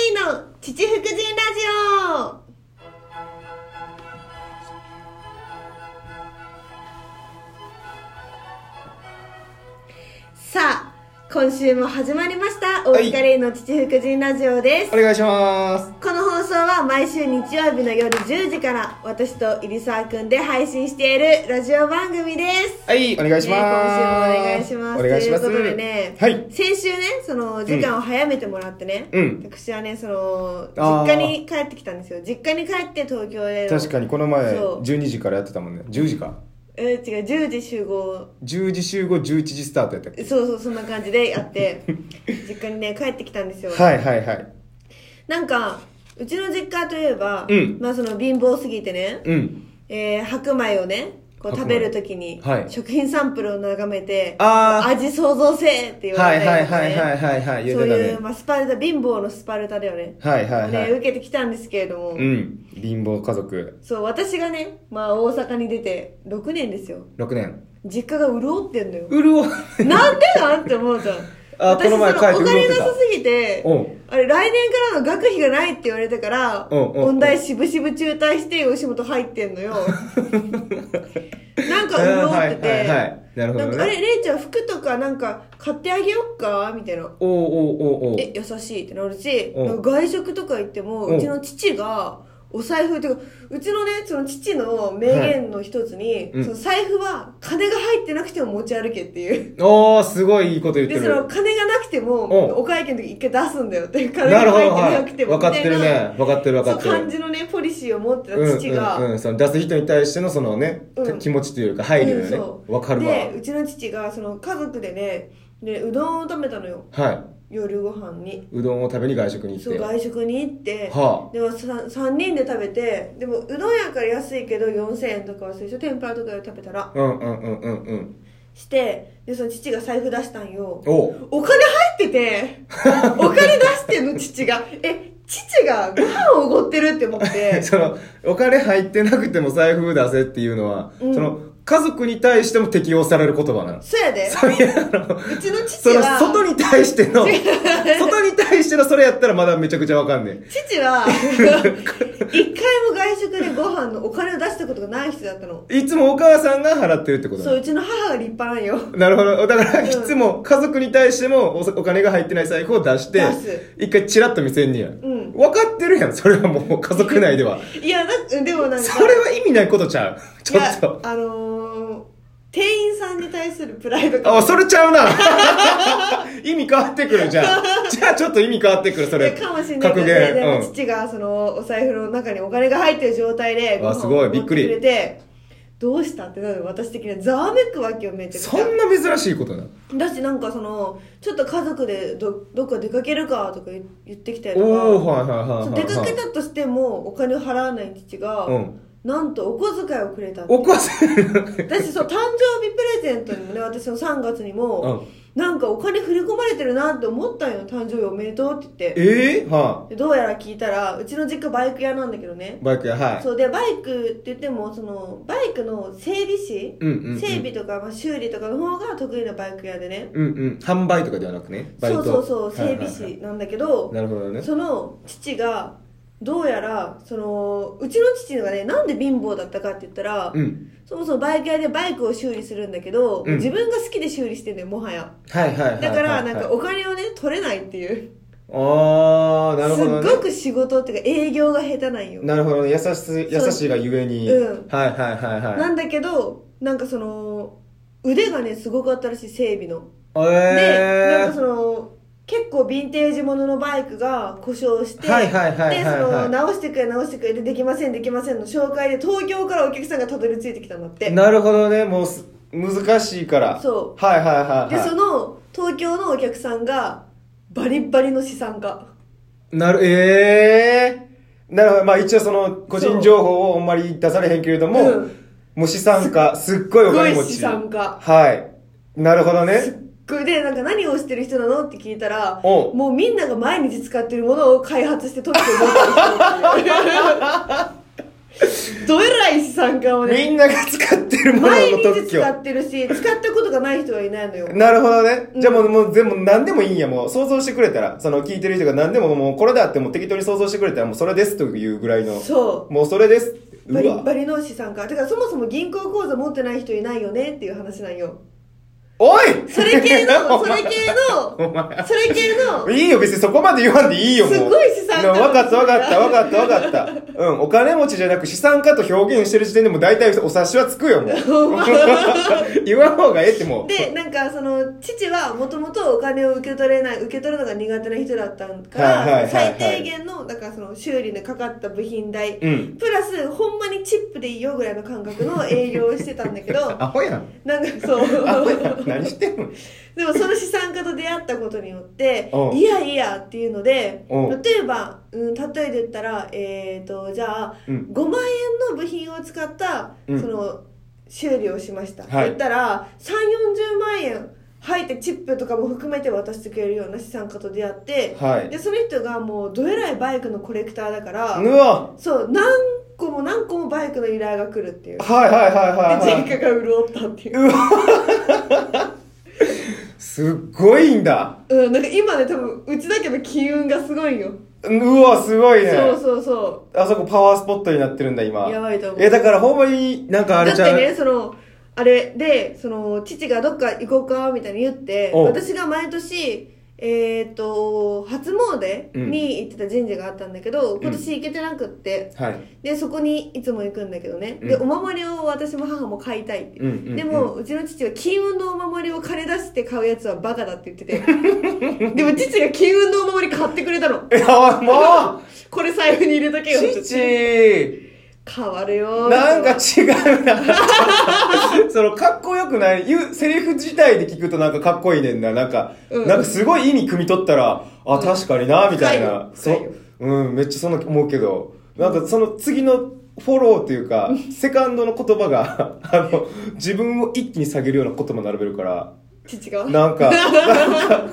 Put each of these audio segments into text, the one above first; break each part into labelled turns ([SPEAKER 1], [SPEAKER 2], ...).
[SPEAKER 1] 父福神ラジオさあ今週も始まりました
[SPEAKER 2] はい
[SPEAKER 1] 大塚レイの父福神ラジオです、
[SPEAKER 2] お願いします
[SPEAKER 1] この放送は毎週日曜日の夜10時から私と入澤くんで配信しているラジオ番組です
[SPEAKER 2] はいお願いします、
[SPEAKER 1] ね今週もお願いします
[SPEAKER 2] お願いします
[SPEAKER 1] ということでね
[SPEAKER 2] はい
[SPEAKER 1] 先週ねその時間を早めてもらってね、
[SPEAKER 2] うん
[SPEAKER 1] 私はねその
[SPEAKER 2] あー
[SPEAKER 1] 実家に帰ってきたんですよ実家に帰って東京での
[SPEAKER 2] 確かにこの前
[SPEAKER 1] そう
[SPEAKER 2] 12時からやってたもんね10時か
[SPEAKER 1] えー違う10時集合
[SPEAKER 2] 10時集合11時スタートやったっけ
[SPEAKER 1] そうそうそんな感じでやって 実家にね帰ってきたんですよ、
[SPEAKER 2] はいはいはい
[SPEAKER 1] なんかうちの実家といえば、
[SPEAKER 2] うん
[SPEAKER 1] まあその貧乏すぎてね、
[SPEAKER 2] うん
[SPEAKER 1] えー白米をねこう
[SPEAKER 2] 白
[SPEAKER 1] 食
[SPEAKER 2] 米
[SPEAKER 1] べるときに、
[SPEAKER 2] はい
[SPEAKER 1] 食品サンプルを眺めて
[SPEAKER 2] あー
[SPEAKER 1] 味想像せえって言わ
[SPEAKER 2] は
[SPEAKER 1] れ
[SPEAKER 2] い
[SPEAKER 1] た
[SPEAKER 2] はい
[SPEAKER 1] りとか
[SPEAKER 2] はいはい
[SPEAKER 1] ね
[SPEAKER 2] はいはい言
[SPEAKER 1] そう
[SPEAKER 2] ってた
[SPEAKER 1] い
[SPEAKER 2] ね
[SPEAKER 1] う、まあ、スパルタ貧乏のスパルタだよね,、
[SPEAKER 2] はいはいは
[SPEAKER 1] ね
[SPEAKER 2] い
[SPEAKER 1] 受けてきたんですけれども、
[SPEAKER 2] うん貧乏家族
[SPEAKER 1] そう私がね、まあ、大阪に出て6年ですよ
[SPEAKER 2] 6年
[SPEAKER 1] 実家が潤ってんのよ
[SPEAKER 2] うるお
[SPEAKER 1] なんでなんって思うじゃん
[SPEAKER 2] あ
[SPEAKER 1] 私
[SPEAKER 2] この前
[SPEAKER 1] その
[SPEAKER 2] 帰って
[SPEAKER 1] お金
[SPEAKER 2] 潤って
[SPEAKER 1] な
[SPEAKER 2] た
[SPEAKER 1] さすぎて
[SPEAKER 2] おう
[SPEAKER 1] あれ来年からの学費がないって言われたから
[SPEAKER 2] うんうんうん
[SPEAKER 1] 音大しぶしぶ中退して吉本入ってんの よなんか潤
[SPEAKER 2] は
[SPEAKER 1] っ
[SPEAKER 2] い
[SPEAKER 1] て
[SPEAKER 2] は
[SPEAKER 1] て
[SPEAKER 2] いはいなるほ
[SPEAKER 1] な
[SPEAKER 2] ど
[SPEAKER 1] んかあ
[SPEAKER 2] ね
[SPEAKER 1] れれいちゃん服とかなんか買ってあげよっかみたいな
[SPEAKER 2] おうおうおうおう
[SPEAKER 1] え優しいってなるし
[SPEAKER 2] うん
[SPEAKER 1] なんか外食とか行っても
[SPEAKER 2] うん
[SPEAKER 1] うちの父がお財布っていうかうちのねその父の名言の一つに、
[SPEAKER 2] うん
[SPEAKER 1] その財布は金が入ってなくても持ち歩けっていう
[SPEAKER 2] おーすごいいいこと言って
[SPEAKER 1] で
[SPEAKER 2] る
[SPEAKER 1] その金がなくて
[SPEAKER 2] うん
[SPEAKER 1] もお会計の時一回出すんだよって金
[SPEAKER 2] なる
[SPEAKER 1] が
[SPEAKER 2] ほ
[SPEAKER 1] 入
[SPEAKER 2] ど、
[SPEAKER 1] って
[SPEAKER 2] は
[SPEAKER 1] なくて
[SPEAKER 2] い、
[SPEAKER 1] も
[SPEAKER 2] 分
[SPEAKER 1] み
[SPEAKER 2] かったて
[SPEAKER 1] い
[SPEAKER 2] る
[SPEAKER 1] な
[SPEAKER 2] ね分かってる分か
[SPEAKER 1] そう
[SPEAKER 2] ってる
[SPEAKER 1] 感じのねポリシーを持ってた
[SPEAKER 2] うん
[SPEAKER 1] 父が、
[SPEAKER 2] うんうん、その出す人に対してのそのね、
[SPEAKER 1] うん
[SPEAKER 2] 気持ちというか配慮
[SPEAKER 1] うん
[SPEAKER 2] よね、
[SPEAKER 1] そ
[SPEAKER 2] わかるわ
[SPEAKER 1] でうちの父がその家族でねでうどんを食べたのよ
[SPEAKER 2] は
[SPEAKER 1] 夜ご飯に
[SPEAKER 2] いうどんを食べに外食に行
[SPEAKER 1] そう
[SPEAKER 2] って
[SPEAKER 1] 外食に行って、
[SPEAKER 2] は
[SPEAKER 1] でも 3, 3人で食べてでもうどんやから安いけど4000円とかはするでしょ天ぷらとかで食べたら
[SPEAKER 2] あうんうんうんうんうん
[SPEAKER 1] してでその父が財布出したんよ
[SPEAKER 2] お
[SPEAKER 1] お金入って て、お金出してんの、父が。え、父がご飯をおごってるって思って。
[SPEAKER 2] そのお金入ってなくても財布出せっていうのは、
[SPEAKER 1] うん
[SPEAKER 2] その家族に対しても適用される言葉なの
[SPEAKER 1] そうやで。
[SPEAKER 2] そ ういうあの
[SPEAKER 1] うちの
[SPEAKER 2] そ
[SPEAKER 1] 父
[SPEAKER 2] の
[SPEAKER 1] は、
[SPEAKER 2] 外に対しての外に対してのそれやったらまだめちゃくちゃわかんね
[SPEAKER 1] 父 は、一回も外食でご飯のお金を出したことがない人だったの。
[SPEAKER 2] えいつもお母さんが払ってるってことな
[SPEAKER 1] そう、
[SPEAKER 2] の
[SPEAKER 1] うちの母が立派なんよ。
[SPEAKER 2] なるほどだから
[SPEAKER 1] うん
[SPEAKER 2] いつも家族に対してもおお金が入ってない財布を出して
[SPEAKER 1] 出す
[SPEAKER 2] 一回チラッと見せんねや、
[SPEAKER 1] ん
[SPEAKER 2] 分かってるやんそれはもう家族内では
[SPEAKER 1] いや、だでもなんか、
[SPEAKER 2] それは意味ないことちゃうちょっ
[SPEAKER 1] い
[SPEAKER 2] と
[SPEAKER 1] やあのー、店員さんに対するプライド
[SPEAKER 2] あそれちゃ うな意味変わってくるじゃあじゃあちょっと意味変わってくるそれ
[SPEAKER 1] いやかもしれないけ
[SPEAKER 2] 格
[SPEAKER 1] どね、で
[SPEAKER 2] 言、
[SPEAKER 1] も父がそのお財布の中にお金が入ってる状態で
[SPEAKER 2] わすごいびっくり
[SPEAKER 1] 持ってくれてどうしたってなる私的にはざわめくわけよめ
[SPEAKER 2] う
[SPEAKER 1] ち
[SPEAKER 2] ん、
[SPEAKER 1] ゃく
[SPEAKER 2] そ
[SPEAKER 1] ちゃ
[SPEAKER 2] んな珍しいことな
[SPEAKER 1] だしなんかそのちょっと家族でどどっか出かけるかとか言言ってきたりとか
[SPEAKER 2] おおはいはいはい
[SPEAKER 1] そう
[SPEAKER 2] は
[SPEAKER 1] 出
[SPEAKER 2] い
[SPEAKER 1] かけたとしてもお金を払わない父が、
[SPEAKER 2] うん
[SPEAKER 1] なんとお小遣いをくれたって
[SPEAKER 2] お母さん、う
[SPEAKER 1] 私そう誕生日プレゼントにもね私の3月にも、
[SPEAKER 2] ん、
[SPEAKER 1] なんかお金振り込まれてるなって思ったんよ誕生日おめでとうって言って
[SPEAKER 2] ええは
[SPEAKER 1] でどうやら聞いたらうちの実家バイク屋なんだけどね
[SPEAKER 2] いバイクやはい
[SPEAKER 1] そうでバイクって言ってもそのバイクの整備士、
[SPEAKER 2] うんうんうん
[SPEAKER 1] 整備とか、まあ、修理とかの方が得意なバイク屋でね
[SPEAKER 2] うんうん販売とかではなくねバイ
[SPEAKER 1] そ
[SPEAKER 2] ト
[SPEAKER 1] うそうそう
[SPEAKER 2] は
[SPEAKER 1] 整
[SPEAKER 2] いはいは
[SPEAKER 1] 備
[SPEAKER 2] い
[SPEAKER 1] 士なんだけど、
[SPEAKER 2] なるほどね
[SPEAKER 1] その父がどうやらそのうちの父がねなんで貧乏だったかって言ったら、
[SPEAKER 2] うん
[SPEAKER 1] そもそもバイク屋でバイクを修理するんだけど、
[SPEAKER 2] うん
[SPEAKER 1] 自分が好きで修理してんのよもはや
[SPEAKER 2] はいはいはいはい
[SPEAKER 1] だからなん
[SPEAKER 2] はい
[SPEAKER 1] かお金をね取れないっていう
[SPEAKER 2] ああなるほど、ね、
[SPEAKER 1] すっごく仕事っていうか営業が下手なんよ
[SPEAKER 2] なるほど、ね、優しす優しいがゆえに、
[SPEAKER 1] うん
[SPEAKER 2] はいはいはいはい
[SPEAKER 1] なんだけどなんかその腕がねすごかったらしい整備の、でなん
[SPEAKER 2] え
[SPEAKER 1] かその結構ヴィンテージもののバイクが故障して、
[SPEAKER 2] はいはいはいはいはい
[SPEAKER 1] でその直してくれ直してくれでできませんできませんの紹介で東京からお客さんがたどり着いてきたんだっ
[SPEAKER 2] え
[SPEAKER 1] て
[SPEAKER 2] なるほどねもうす難しいから
[SPEAKER 1] そう
[SPEAKER 2] はいはいはい
[SPEAKER 1] で
[SPEAKER 2] はい
[SPEAKER 1] その東京のお客さんがバリッバリの資産家
[SPEAKER 2] なるええなるほどまあ一応その個人情報をあんまり出されへんけれども、
[SPEAKER 1] うん
[SPEAKER 2] もう資産家すっごいお
[SPEAKER 1] すご
[SPEAKER 2] 金
[SPEAKER 1] い
[SPEAKER 2] 持
[SPEAKER 1] 資
[SPEAKER 2] ち
[SPEAKER 1] 産家
[SPEAKER 2] はいなるほ
[SPEAKER 1] す
[SPEAKER 2] ど
[SPEAKER 1] っ
[SPEAKER 2] ね
[SPEAKER 1] ごいでなんか何をしてる人なのって聞いたら
[SPEAKER 2] お
[SPEAKER 1] もうみんなが毎日使ってるものを開発して特許を持ってる人っていう どえらい資産家を
[SPEAKER 2] み
[SPEAKER 1] ね
[SPEAKER 2] んなが使ってるもの
[SPEAKER 1] 毎
[SPEAKER 2] の特
[SPEAKER 1] 日
[SPEAKER 2] 許
[SPEAKER 1] 使ってるし使ったことがない人はいないのよ
[SPEAKER 2] なるほどね。じゃあもう、もう全部何でもいいんや、もう。想像してくれたら。その聞いてる人が何でももうこれだってもう適当に想像してくれたらもうそれですというぐらいの。
[SPEAKER 1] そう
[SPEAKER 2] もうそれです。う
[SPEAKER 1] バリッ
[SPEAKER 2] わ。
[SPEAKER 1] バリの資産家だからそもそも銀行口座持ってない人いないよねっていう話なん よ
[SPEAKER 2] おい
[SPEAKER 1] それ系の
[SPEAKER 2] お
[SPEAKER 1] それ
[SPEAKER 2] 前
[SPEAKER 1] 系の
[SPEAKER 2] お前。
[SPEAKER 1] それ系の
[SPEAKER 2] いいよ、別にそこまで言わんでいいよ、もう。
[SPEAKER 1] すごい資産家
[SPEAKER 2] なわかったわかったわかったわかった。うん、お金持ちじゃなく資産家と表現してる時点でもう大体お察しはつくよ、もう。 言わん方がええってもう。
[SPEAKER 1] でなんかその父はもともとお金を受け取れない受け取るのが苦手な人だったから、
[SPEAKER 2] はいはいはいはい
[SPEAKER 1] 最低限のだからその修理にかかった部品代、
[SPEAKER 2] うん。
[SPEAKER 1] プラスほんまにチップでいいよぐらいの感覚の営業をしてたんだけど
[SPEAKER 2] アホやん。
[SPEAKER 1] なんかそう
[SPEAKER 2] アホやん。何してんの
[SPEAKER 1] でもその資産家と出会ったことによって
[SPEAKER 2] うん
[SPEAKER 1] いやいやっていうので
[SPEAKER 2] うん
[SPEAKER 1] 例えば、うん、例えで言ったらえー、とじゃあ
[SPEAKER 2] うん。
[SPEAKER 1] 5万円の部品を使った、
[SPEAKER 2] うん
[SPEAKER 1] その修理をしました、
[SPEAKER 2] はい
[SPEAKER 1] 言ったら3 4 0万円入ってチップとかも含めて渡してくれるような資産家と出会って、
[SPEAKER 2] はい。
[SPEAKER 1] でその人がもうどえらいバイクのコレクターだから、
[SPEAKER 2] うわ。
[SPEAKER 1] そう何個も何個もバイクの依頼が来るっていうで
[SPEAKER 2] はいはいはいはい、
[SPEAKER 1] 実
[SPEAKER 2] はい。
[SPEAKER 1] 家が潤ったっていう、
[SPEAKER 2] すっごいんだ。
[SPEAKER 1] うん、なんか今ね多分うちだけど金運がすごいよ、
[SPEAKER 2] うわ、すごいね。
[SPEAKER 1] そうそうそ
[SPEAKER 2] あそこパワースポットになってるんだ、今。
[SPEAKER 1] やばいと思う
[SPEAKER 2] え、だからほんまになんかあ
[SPEAKER 1] うだ
[SPEAKER 2] れ
[SPEAKER 1] っ
[SPEAKER 2] じゃ
[SPEAKER 1] て
[SPEAKER 2] ん。
[SPEAKER 1] ねそのあれでその父がどっか行こうかみたいに言って
[SPEAKER 2] おう
[SPEAKER 1] 私が毎年えっ、と初詣に行ってた神社があったんだけど、
[SPEAKER 2] ん
[SPEAKER 1] 今年行けてなくって
[SPEAKER 2] はい。
[SPEAKER 1] でそこにいつも行くんだけどね、
[SPEAKER 2] うん
[SPEAKER 1] でお守りを私も母も買いたいって、
[SPEAKER 2] うんうんうん
[SPEAKER 1] でもうちの父は金運のお守りを金出して買うやつはバカだって言って てでも父が金運のお守り買ってくれたの
[SPEAKER 2] いや、もう
[SPEAKER 1] これ財布に入れとけよって
[SPEAKER 2] 父
[SPEAKER 1] 変わるよ
[SPEAKER 2] なんか違う な。その、かっこよくない、言う、セリフ自体で聞くとなんかかっこいいねんな。なんか、
[SPEAKER 1] うん
[SPEAKER 2] なんかすごい意味汲み取ったら、あ、確かにな、みたいな。
[SPEAKER 1] 深いよ深いよ
[SPEAKER 2] そうん、めっちゃそんな思うけど、なんかその次の、フォローとい うか、セカンドの言葉が、あの、自分を一気に下げるような言葉並べるから、
[SPEAKER 1] 父が
[SPEAKER 2] な んか、なんか、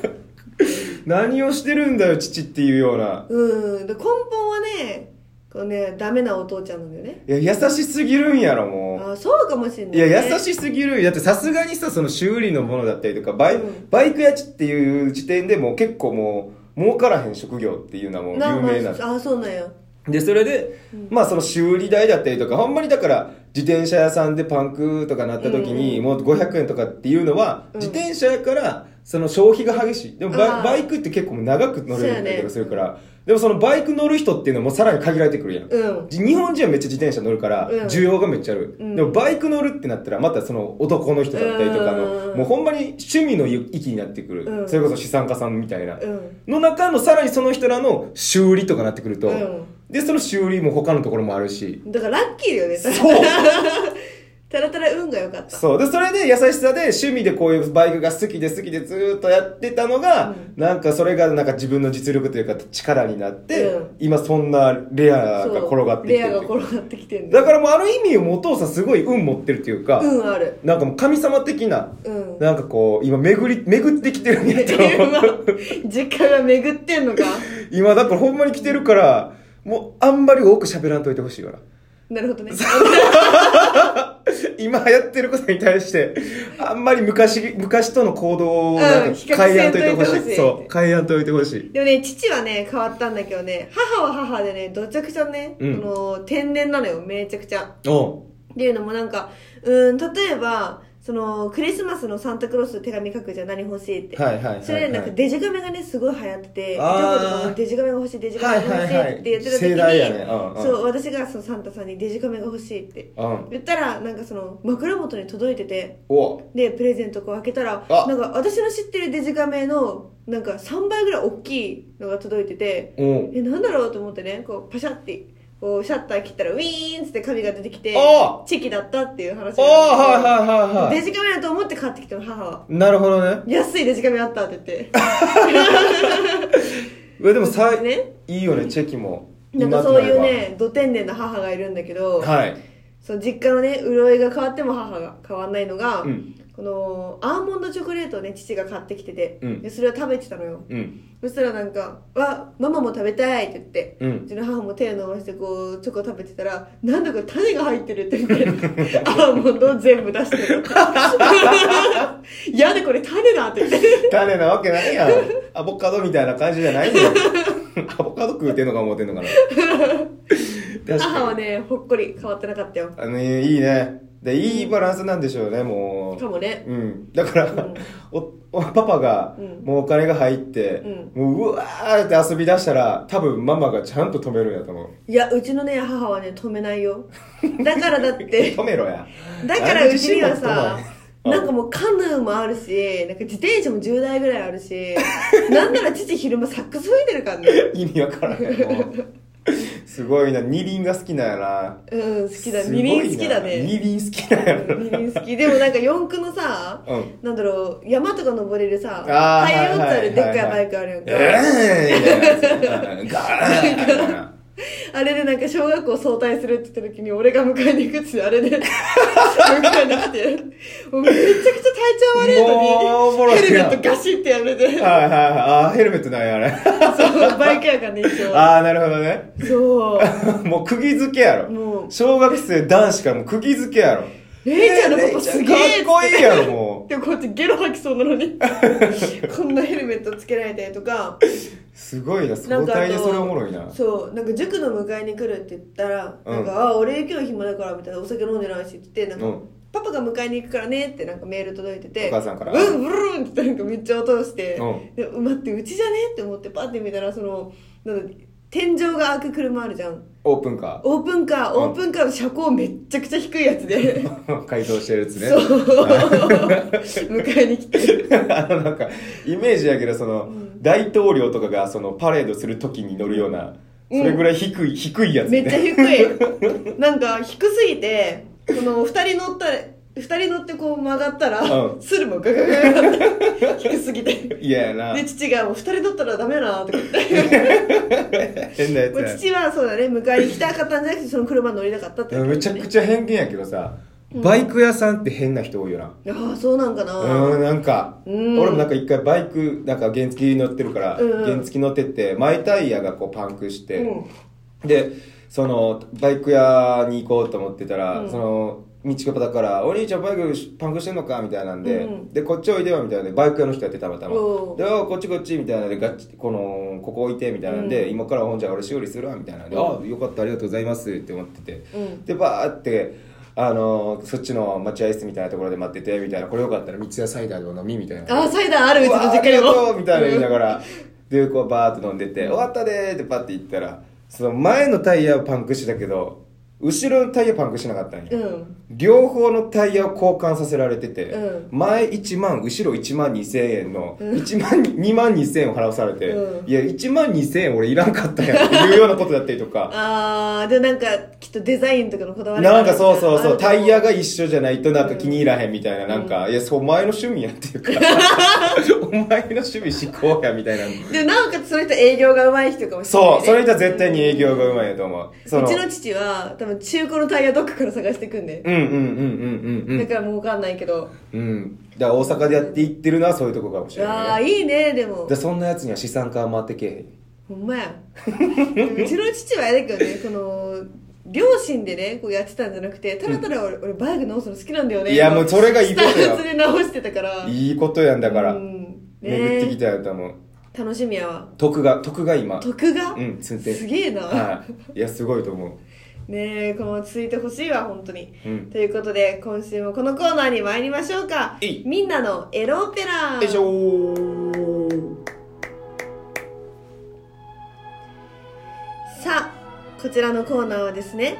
[SPEAKER 2] 何をしてるんだよ、父っていうような。
[SPEAKER 1] うんで根本はねこうねダメなお父ちゃんなんだよね
[SPEAKER 2] いや、優しすぎるんやろ、も
[SPEAKER 1] あそうかもしれな
[SPEAKER 2] う。
[SPEAKER 1] い、
[SPEAKER 2] い
[SPEAKER 1] ね、
[SPEAKER 2] や、優しすぎるんやだってさすがにさ、その修理のものだったりとか、バイ,、
[SPEAKER 1] うん
[SPEAKER 2] バイクやちっていう時点でもう結構もう、儲からへん職業っていうのはもう
[SPEAKER 1] な
[SPEAKER 2] 有名な。
[SPEAKER 1] あそうなんや
[SPEAKER 2] で、それで、まあその修理代だったりとか、ほんまにだから、自転車屋さんでパンクとかなった時に、もう500円とかっていうのは、
[SPEAKER 1] うん
[SPEAKER 2] 自転車やから、その消費が激しい。でも
[SPEAKER 1] あ
[SPEAKER 2] バ
[SPEAKER 1] ー
[SPEAKER 2] イバイクって結構長く乗れる
[SPEAKER 1] そうや
[SPEAKER 2] ん
[SPEAKER 1] ね
[SPEAKER 2] だとかするから、でもそのバイク乗る人っていうのもさらに限られてくるやん。
[SPEAKER 1] うん
[SPEAKER 2] 日本人はめっちゃ自転車乗るから
[SPEAKER 1] うん
[SPEAKER 2] 需要がめっちゃある、
[SPEAKER 1] うん
[SPEAKER 2] でもバイク乗るってなったらまたその男の人だったりとか
[SPEAKER 1] うんうん
[SPEAKER 2] の
[SPEAKER 1] うん
[SPEAKER 2] もうほんまに趣味の域になってくる、
[SPEAKER 1] うん
[SPEAKER 2] それこそ資産家さんみたいな、
[SPEAKER 1] うん
[SPEAKER 2] の中のさらにその人らの修理とかなってくると、
[SPEAKER 1] うん
[SPEAKER 2] でその修理も他のところもあるし
[SPEAKER 1] だからラッキーだよね
[SPEAKER 2] そう
[SPEAKER 1] たらたら運が良かった
[SPEAKER 2] そうでそれで優しさで趣味でこういうバイクが好きで好きでずーっとやってたのが、なんかそれがなんか自分の実力というか力になって、
[SPEAKER 1] うん
[SPEAKER 2] 今そんなレアが転がってきて
[SPEAKER 1] レア
[SPEAKER 2] る
[SPEAKER 1] が転がってきてる
[SPEAKER 2] だからもうある意味お父さんすごい運持ってるっていうか、
[SPEAKER 1] 運ある
[SPEAKER 2] なんかもう神様的な、
[SPEAKER 1] うん
[SPEAKER 2] なんかこう、今巡り、巡ってきてるんやと思う。
[SPEAKER 1] 実家が巡ってんのか
[SPEAKER 2] 今だからほんまに来てるから、もうあんまり多く喋らんといてほしいから。
[SPEAKER 1] なるほどね
[SPEAKER 2] 今やってることに対して、あんまり昔、昔との行動を
[SPEAKER 1] う
[SPEAKER 2] なんん
[SPEAKER 1] 比較せ
[SPEAKER 2] か
[SPEAKER 1] んといてほしい
[SPEAKER 2] 変えやんといてほしい。そう、変えやんといてほしい。
[SPEAKER 1] でもね父はね変わったんだけどね母は母でねどちゃくちゃね、
[SPEAKER 2] うん
[SPEAKER 1] その天然なのよめちゃくちゃ
[SPEAKER 2] おう
[SPEAKER 1] っていうのもなんかうーん例えばそのクリスマスのサンタクロース手紙書くじゃん何欲しいって、
[SPEAKER 2] はいはいはい、はい。
[SPEAKER 1] それでなんかデジカメがねすごい流行っててジ
[SPEAKER 2] あー
[SPEAKER 1] ョコとかもデジカメが欲しいデジカメが欲しいって言ってた時に、
[SPEAKER 2] はいはいはい盛大やねうんうん
[SPEAKER 1] そう私がそのサンタさんにデジカメが欲しいって
[SPEAKER 2] うん。
[SPEAKER 1] 言ったらなんかその枕元に届いてて
[SPEAKER 2] おう
[SPEAKER 1] でプレゼントこう開けたら
[SPEAKER 2] あ
[SPEAKER 1] なんか私の知ってるデジカメのなんか3倍ぐらい大きいのが届いてて
[SPEAKER 2] おう
[SPEAKER 1] えなんだろうと思ってねこうパシャってこうシャッター切ったらウィーンっつって紙が出てきて
[SPEAKER 2] あ
[SPEAKER 1] チェキだったっていう話
[SPEAKER 2] おうはいはいはいは
[SPEAKER 1] デ
[SPEAKER 2] い
[SPEAKER 1] ジカメだと思って買ってきたの母は。
[SPEAKER 2] なるほどね。
[SPEAKER 1] 安いデジカメあったって言って
[SPEAKER 2] うわでもさ、
[SPEAKER 1] ね
[SPEAKER 2] いいよね、チェキも。
[SPEAKER 1] なんかそういう
[SPEAKER 2] 今となれ
[SPEAKER 1] ねど天然な母がいるんだけど、
[SPEAKER 2] ば。はい。
[SPEAKER 1] その実家のね潤いが変わっても母が変わんないのが、
[SPEAKER 2] うん
[SPEAKER 1] このアーモンドチョコレートをね父が買ってきてて、
[SPEAKER 2] うん
[SPEAKER 1] でそれを食べてたのよ
[SPEAKER 2] うん。
[SPEAKER 1] そしたらなんか「わママも食べたい」って言って、
[SPEAKER 2] う
[SPEAKER 1] うんちの母も手を伸ばしてこうチョコ食べてたら「なんだこれ種が入ってる」って言ってアーモンドを全部出して るやだこれ種だって言って
[SPEAKER 2] 種なわけない やんアボカドみたいな感じじゃないんだよ アボカド食うてんのか思うてんのかな確
[SPEAKER 1] 母
[SPEAKER 2] か
[SPEAKER 1] はねほっこり変わってなかったよ
[SPEAKER 2] にあのいいねでいいバランスなんでしょうねもう
[SPEAKER 1] かもね
[SPEAKER 2] うん、だから、
[SPEAKER 1] ん
[SPEAKER 2] おおパパが
[SPEAKER 1] うん
[SPEAKER 2] もうお金が入って、もううわーって遊び出したら多分ママがちゃんと止めるんやと思う
[SPEAKER 1] いやうちのね母はね止めないよだからだって
[SPEAKER 2] 止めろや
[SPEAKER 1] だからうちにはさ
[SPEAKER 2] あれ自信持ってない
[SPEAKER 1] なんかもうカヌーもあるしなんか自転車も10台ぐらいあるしなんなら父昼間サックス吹いてるから ね
[SPEAKER 2] 意味わからへ んもうすごいな二輪が好きなんやな
[SPEAKER 1] うん好きだ
[SPEAKER 2] すごい
[SPEAKER 1] 二
[SPEAKER 2] な
[SPEAKER 1] 輪好きだね
[SPEAKER 2] 二輪好きなんやな
[SPEAKER 1] 二輪好きでもなんか四駆のさ
[SPEAKER 2] うん
[SPEAKER 1] なんだろう山とか登れるさ
[SPEAKER 2] あー
[SPEAKER 1] タイヤ4つあるでっかい
[SPEAKER 2] はいはいは
[SPEAKER 1] バ
[SPEAKER 2] い
[SPEAKER 1] イクあるやんか、
[SPEAKER 2] えーみたいなやつガーンみたいな
[SPEAKER 1] あれでなんか小学校早退するって言った時に俺が迎えに行くっつってあれで 迎えに来てもうめちゃくちゃ体調悪い
[SPEAKER 2] もうおも
[SPEAKER 1] の
[SPEAKER 2] ろ
[SPEAKER 1] に
[SPEAKER 2] いな
[SPEAKER 1] ヘルメットガシってやめて
[SPEAKER 2] はいはいはいあーヘルメットなんやあれ
[SPEAKER 1] そうバイクやからね一応
[SPEAKER 2] ああなるほどね
[SPEAKER 1] そう
[SPEAKER 2] もう釘付けやろ
[SPEAKER 1] もう
[SPEAKER 2] 小学生男子からもう釘付けやろ
[SPEAKER 1] レイちゃんのことすげえっつって
[SPEAKER 2] かっこいいやろも
[SPEAKER 1] でもこっちゲロ吐きそうなの にこんなヘルメットつけられたりとか
[SPEAKER 2] うすごいな
[SPEAKER 1] な
[SPEAKER 2] 相
[SPEAKER 1] んかあ
[SPEAKER 2] 対
[SPEAKER 1] の
[SPEAKER 2] にそれおもろいな
[SPEAKER 1] そうなんか塾の迎えに来るって言ったら「
[SPEAKER 2] うん
[SPEAKER 1] なんかあ俺今日暇だから」みたいな「お酒飲んでないし」って言ってなんか、
[SPEAKER 2] うん
[SPEAKER 1] パパが迎えに行くからね」ってなんかメール届いてて
[SPEAKER 2] お母さんから
[SPEAKER 1] うんブルーンってなんかめっちゃ音をして「
[SPEAKER 2] うん
[SPEAKER 1] で待ってうちじゃね?」って思ってパッて見たらそのなんか天井が開く車あるじゃん
[SPEAKER 2] オープンカ
[SPEAKER 1] オープンカー
[SPEAKER 2] うん
[SPEAKER 1] オープンカーの車高めっちゃくちゃ低いやつで
[SPEAKER 2] ー改造してるやつね
[SPEAKER 1] そう迎えに来て
[SPEAKER 2] あのなんかイメージやけどその、大統領とかがそのパレードする時に乗るようなそれぐらい低い、低いやつ
[SPEAKER 1] めっちゃ
[SPEAKER 2] ね
[SPEAKER 1] 低いなんか低すぎてこの2人乗ったら2人乗ってこう曲がったら、
[SPEAKER 2] うん
[SPEAKER 1] スルもガガガガって低すぎて
[SPEAKER 2] いややな
[SPEAKER 1] で父が「もう2人乗ったらダメだな」とか言って
[SPEAKER 2] 変なや
[SPEAKER 1] もう
[SPEAKER 2] つ
[SPEAKER 1] 父はそうだね迎えに来たかったんじゃなくてその車乗りたかったって
[SPEAKER 2] やめちゃく
[SPEAKER 1] ゃ
[SPEAKER 2] ちゃ偏見やけどさ、バイク屋さんって変な人多いよな
[SPEAKER 1] ああそうなんかな、
[SPEAKER 2] うんなんか、
[SPEAKER 1] うん
[SPEAKER 2] 俺もなんか一回バイクなんか原付乗ってるから、
[SPEAKER 1] うんうん
[SPEAKER 2] 原付乗ってって前タイヤがこうパンクして、
[SPEAKER 1] うん
[SPEAKER 2] でそのバイク屋に行こうと思ってたら、
[SPEAKER 1] うん
[SPEAKER 2] その道がだから「お兄ちゃんバイクパンクしてんのか?」みたいなんで「
[SPEAKER 1] うん
[SPEAKER 2] でこっちおいでよ」みたいなんでバイク屋の人やってたまたま
[SPEAKER 1] おう
[SPEAKER 2] 「でおうこっちこっち」みたいなんでガッチこのここ置いてみたいなんで、
[SPEAKER 1] うん
[SPEAKER 2] 今からほんじゃ俺修理するわ」みたいなんで「
[SPEAKER 1] うん
[SPEAKER 2] あよかったありがとうございます」って思ってて、
[SPEAKER 1] うん
[SPEAKER 2] でバーって。あのそっちの待合室みたいなところで待っててみたいなこれよかったら三ツ矢サイダーでも飲みみたいな
[SPEAKER 1] ああサイダーあるうちの実家に
[SPEAKER 2] うわありが
[SPEAKER 1] も
[SPEAKER 2] とうみたいな言いながらでこうバーッと飲んでて「終わったで」ってパッて行ったらその前のタイヤはパンクしてたけど後ろのタイヤパンクしなかったんや、
[SPEAKER 1] うん
[SPEAKER 2] 両方のタイヤを交換させられてて、
[SPEAKER 1] う
[SPEAKER 2] 前1万後ろ1万2000円の1万2万2000円を払わされて、
[SPEAKER 1] うん
[SPEAKER 2] いや1万2000円俺いらんかったやんっていうようなことだったりとか
[SPEAKER 1] ああでなんかきっとデザインとかのこだわりが
[SPEAKER 2] な
[SPEAKER 1] あ
[SPEAKER 2] ん
[SPEAKER 1] る
[SPEAKER 2] か
[SPEAKER 1] みたい
[SPEAKER 2] そうそう
[SPEAKER 1] あ
[SPEAKER 2] そ
[SPEAKER 1] る
[SPEAKER 2] う
[SPEAKER 1] と思
[SPEAKER 2] タイヤが一緒じゃないとなんか気に入らへんみたいな、なんかいやそうお前の趣味やって いうかお前の趣味思考やみたいな
[SPEAKER 1] でもなおかつその人営業が上手い人かもしれないね、
[SPEAKER 2] そうそれじゃ絶対に営業がうまいやと思うそうの
[SPEAKER 1] ちの父は多分中古のタイヤどっかから探してくんで、
[SPEAKER 2] うんうんうんうんう
[SPEAKER 1] だ
[SPEAKER 2] ん
[SPEAKER 1] からもう分かんないけど、
[SPEAKER 2] うんうんだから大阪でやっていってるのはそういうとこかもしれ
[SPEAKER 1] あ
[SPEAKER 2] な
[SPEAKER 1] あ
[SPEAKER 2] いね
[SPEAKER 1] いいねでも
[SPEAKER 2] でそんなやつには資産家は回ってけえへん
[SPEAKER 1] ほんまやでもうちの父はあれだけどねその両親でねこうやってたんじゃなくてただただ俺,、俺バイク直すの好きなんだよね
[SPEAKER 2] いやもうそれがいいことよ
[SPEAKER 1] スタンスで直してたから
[SPEAKER 2] いいことやんだから、
[SPEAKER 1] うんね
[SPEAKER 2] 巡ってきたやと思う
[SPEAKER 1] 楽しみやわ
[SPEAKER 2] 徳が徳が今
[SPEAKER 1] 徳が、
[SPEAKER 2] うん
[SPEAKER 1] す
[SPEAKER 2] 先生
[SPEAKER 1] げえな、
[SPEAKER 2] はいいやすごいと思う
[SPEAKER 1] ねえこのまま続いてほしいわ本当に、
[SPEAKER 2] うん
[SPEAKER 1] ということで今週もこのコーナーに参りましょうか
[SPEAKER 2] いい
[SPEAKER 1] みんなのエロオペラ
[SPEAKER 2] よいしょー
[SPEAKER 1] さあこちらのコーナーはですね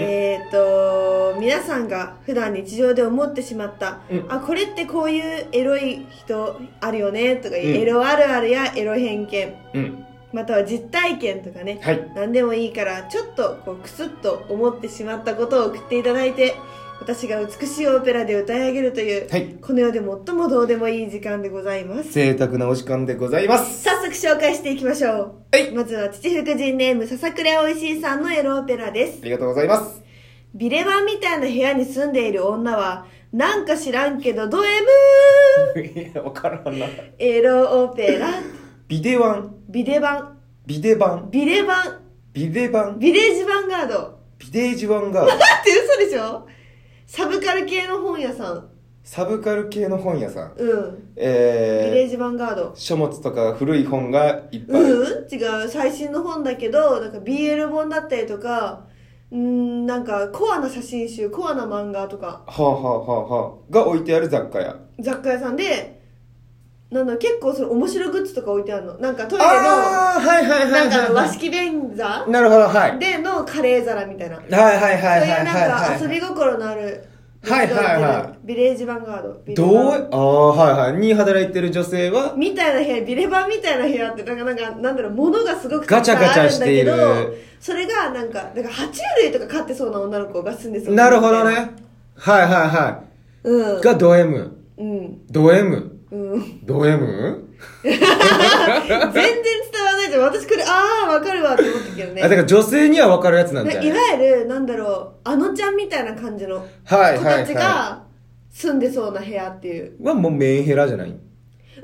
[SPEAKER 1] えっ、と皆さんが普段日常で思ってしまった、
[SPEAKER 2] うん
[SPEAKER 1] あこれってこういうエロい人あるよねとかいう、
[SPEAKER 2] うん
[SPEAKER 1] エロあるあるやエロ偏見
[SPEAKER 2] うん
[SPEAKER 1] または実体験とかね、
[SPEAKER 2] はい
[SPEAKER 1] 何でもいいからちょっとこうクスッと思ってしまったことを送っていただいて私が美しいオペラで歌い上げるという、
[SPEAKER 2] はい
[SPEAKER 1] この世で最もどうでもいい時間でございます
[SPEAKER 2] 贅沢なお時間でございます
[SPEAKER 1] 早速紹介していきましょう、
[SPEAKER 2] はい
[SPEAKER 1] まずは父福神ネームささくれおいしいさんのエロオペラです
[SPEAKER 2] ありがとうござい ます
[SPEAKER 1] ビレバンみたいな部屋に住んでいる女はなんか知らんけどド M
[SPEAKER 2] いや分からんな
[SPEAKER 1] エロオペラ
[SPEAKER 2] ビデワン、
[SPEAKER 1] ビデ版
[SPEAKER 2] ビデバン、
[SPEAKER 1] ビレ版
[SPEAKER 2] ビデバン、
[SPEAKER 1] ビレージヴァンガード
[SPEAKER 2] ビデージワンガード、
[SPEAKER 1] だって嘘でしょサブカル系の本屋さん
[SPEAKER 2] サブカル系の本屋さん、
[SPEAKER 1] うんビレー
[SPEAKER 2] えー、
[SPEAKER 1] ジヴァンガード
[SPEAKER 2] 書物とか古い本がいっぱい、
[SPEAKER 1] うん違う最新の本だけどなんか BL 本だったりとかうんなんかコアな写真集コアな漫画とか
[SPEAKER 2] はあはあはあはあ、が置いてある雑貨屋。
[SPEAKER 1] 雑貨屋さんでなんだろう結構その面白グッズとか置いてあるのなんかトイレの
[SPEAKER 2] ああ、はいはいはいは
[SPEAKER 1] なん
[SPEAKER 2] いはい。
[SPEAKER 1] かあの和式便座
[SPEAKER 2] なるほど、はい。はい
[SPEAKER 1] でのカレー皿みたいな、
[SPEAKER 2] はいはいはい
[SPEAKER 1] そういうなん
[SPEAKER 2] は
[SPEAKER 1] か
[SPEAKER 2] い
[SPEAKER 1] 遊び心のある
[SPEAKER 2] はいはいは
[SPEAKER 1] ビレージヴァンガードビレ
[SPEAKER 2] どう
[SPEAKER 1] バン
[SPEAKER 2] ああはいはいに働いてる女性は
[SPEAKER 1] みたいな部屋ビレバンみたいな部屋ってなんかなんかなんだろう物がすごく
[SPEAKER 2] ガチャガチャしている
[SPEAKER 1] たくさんあんだけどそれがなんかなんか爬虫類とか飼ってそうな女の子が住んでそう
[SPEAKER 2] なるほどねはいはいは
[SPEAKER 1] うん
[SPEAKER 2] いがド M
[SPEAKER 1] うん
[SPEAKER 2] ド M
[SPEAKER 1] うん
[SPEAKER 2] ド M?
[SPEAKER 1] 全然伝わらないじゃん私これああわかるわって思ったけどね
[SPEAKER 2] あだから女性には分かるやつなん
[SPEAKER 1] ね
[SPEAKER 2] じゃないい
[SPEAKER 1] わゆるなんだろうあのちゃんみたいな感じの子
[SPEAKER 2] はいはいはい
[SPEAKER 1] たちが住んでそうな部屋っていう、
[SPEAKER 2] はもうメンヘラじゃない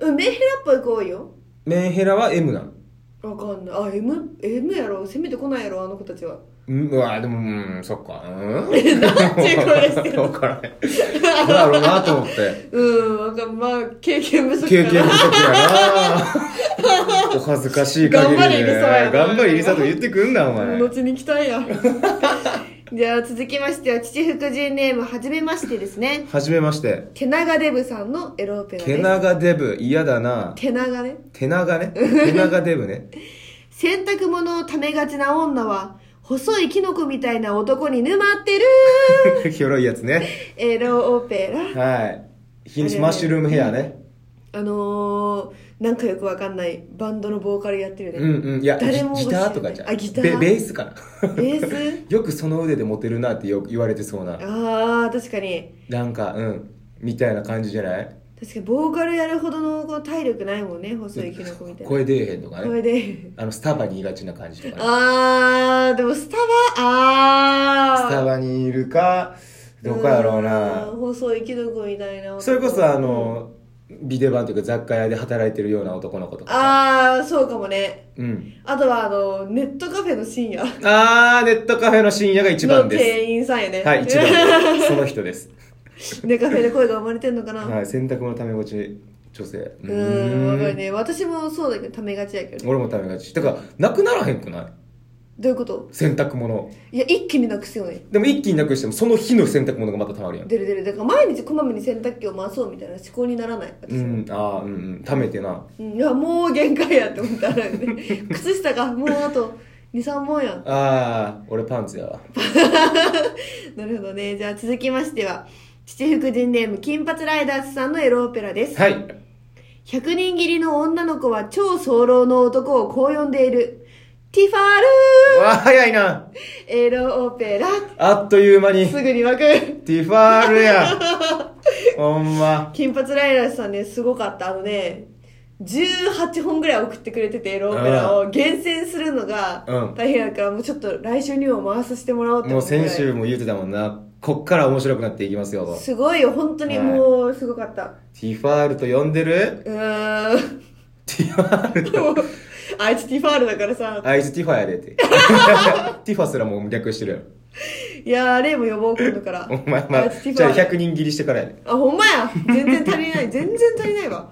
[SPEAKER 1] うんメンヘラっぽい子多いよ
[SPEAKER 2] メンヘラは M なん
[SPEAKER 1] わかんないあ M, M やろ攻めてこないやろあの子たち は
[SPEAKER 2] うんうわでもうんそっかうん
[SPEAKER 1] えなんてこれしてる
[SPEAKER 2] 分からへんどうだろうなと思って
[SPEAKER 1] うんわかんまあ経験不足
[SPEAKER 2] 経
[SPEAKER 1] か
[SPEAKER 2] 験
[SPEAKER 1] な
[SPEAKER 2] 不足やなお恥ずかしい限り
[SPEAKER 1] 頑
[SPEAKER 2] で
[SPEAKER 1] 張れエリサやな
[SPEAKER 2] 頑張れエリサとか言ってくんなお前
[SPEAKER 1] 後に来たんや じゃあ続きましては父福神ネームはじめましてですね
[SPEAKER 2] はじめまして
[SPEAKER 1] けながデブさんのエロオペラ
[SPEAKER 2] 毛
[SPEAKER 1] です
[SPEAKER 2] 長デブ嫌だな
[SPEAKER 1] けながね
[SPEAKER 2] 毛長ね毛長デブ ね
[SPEAKER 1] 洗濯物をためがちな女は細いキノコみたいな男に沼って る
[SPEAKER 2] 広いやつね
[SPEAKER 1] エロオペラ
[SPEAKER 2] はい
[SPEAKER 1] あれ
[SPEAKER 2] ひ
[SPEAKER 1] ね
[SPEAKER 2] マッシュルームヘアね
[SPEAKER 1] あのー、なんかよくわかんないバンドのボーカルやってるね、
[SPEAKER 2] うんうんいやギ
[SPEAKER 1] 誰も
[SPEAKER 2] ギターとかじゃん
[SPEAKER 1] あギター
[SPEAKER 2] ベベースかな
[SPEAKER 1] ベース
[SPEAKER 2] よくその腕でモテるなってよ言われてそうな
[SPEAKER 1] あー確かに
[SPEAKER 2] なんかうんみたいな感じじゃない
[SPEAKER 1] 確かにボーカルやるほどのこう体力ないもんね細いキノコみたいな
[SPEAKER 2] 声出えへんとかね
[SPEAKER 1] 声で
[SPEAKER 2] あのスタバにいがちな感じとかね
[SPEAKER 1] あーでもスタバあー
[SPEAKER 2] スタバにいるかどこやろうな
[SPEAKER 1] うん細いキノコみたいな男
[SPEAKER 2] それこそあのビデバンというか雑貨屋で働いてるような男の子とかさ
[SPEAKER 1] あーそうかもね
[SPEAKER 2] うん
[SPEAKER 1] あとはあのネットカフェの深夜
[SPEAKER 2] あー、ネットカフェの深夜が一番
[SPEAKER 1] の
[SPEAKER 2] で
[SPEAKER 1] 店員さんやね
[SPEAKER 2] す。はい、一 番です。その人です。
[SPEAKER 1] ねカフェで声が生まれてんのかな、
[SPEAKER 2] はい、洗濯のためがち女性。う
[SPEAKER 1] うーんわかるね私もそうだけどためがちやけどね
[SPEAKER 2] 俺もためがち。だから、なくならへんくない
[SPEAKER 1] どういうこと
[SPEAKER 2] 洗濯物。
[SPEAKER 1] いや一気になくすよね
[SPEAKER 2] でも一気になくしても、その日の洗濯物がまたたまるやん。
[SPEAKER 1] 出る出るだから毎日こまめに洗濯機を回そうみたいな思考にならない私
[SPEAKER 2] う
[SPEAKER 1] は、
[SPEAKER 2] ん、あー、うんうん。ためてな。
[SPEAKER 1] うんいやもう限界やって思ったら、 ね、靴下がもうあと23本やん
[SPEAKER 2] あー、俺パンツやわ。
[SPEAKER 1] なるほどねじゃあ続きましては父福神ネーム金髪ライダースさんのエロオペラです、
[SPEAKER 2] はい。
[SPEAKER 1] 100人切りの女の子は超早漏の男をこう呼んでいるティファール
[SPEAKER 2] わー、早いな。
[SPEAKER 1] ーエロオペラ
[SPEAKER 2] あっという間に、
[SPEAKER 1] すぐに湧く
[SPEAKER 2] ティファールや。ほんま。
[SPEAKER 1] 金髪ライダースさんねすごかったあのね18本ぐらい送ってくれててエロオペラを厳選するのが
[SPEAKER 2] うん
[SPEAKER 1] 大変だからもうちょっと来週にも回させてもらおうと
[SPEAKER 2] もう
[SPEAKER 1] 思って
[SPEAKER 2] 先週も言うてたもんな。こっから面白くなっていきますよと。
[SPEAKER 1] すごいよ本当に
[SPEAKER 2] はい
[SPEAKER 1] もうすごかった、
[SPEAKER 2] ティファールと呼んでる
[SPEAKER 1] うーん
[SPEAKER 2] ティファールと。
[SPEAKER 1] もうあいつティファールだからさ
[SPEAKER 2] あいつティファやでって。 ティファすらもう略してるやろ。
[SPEAKER 1] いやーレイも呼ぼう今度から
[SPEAKER 2] お前、ま
[SPEAKER 1] あ
[SPEAKER 2] あ、
[SPEAKER 1] いつティ
[SPEAKER 2] じ
[SPEAKER 1] ファ
[SPEAKER 2] ゃ
[SPEAKER 1] ー
[SPEAKER 2] あ
[SPEAKER 1] ル
[SPEAKER 2] 100人切りしてからやね。
[SPEAKER 1] あほんまや全然足りない 全然足りないわ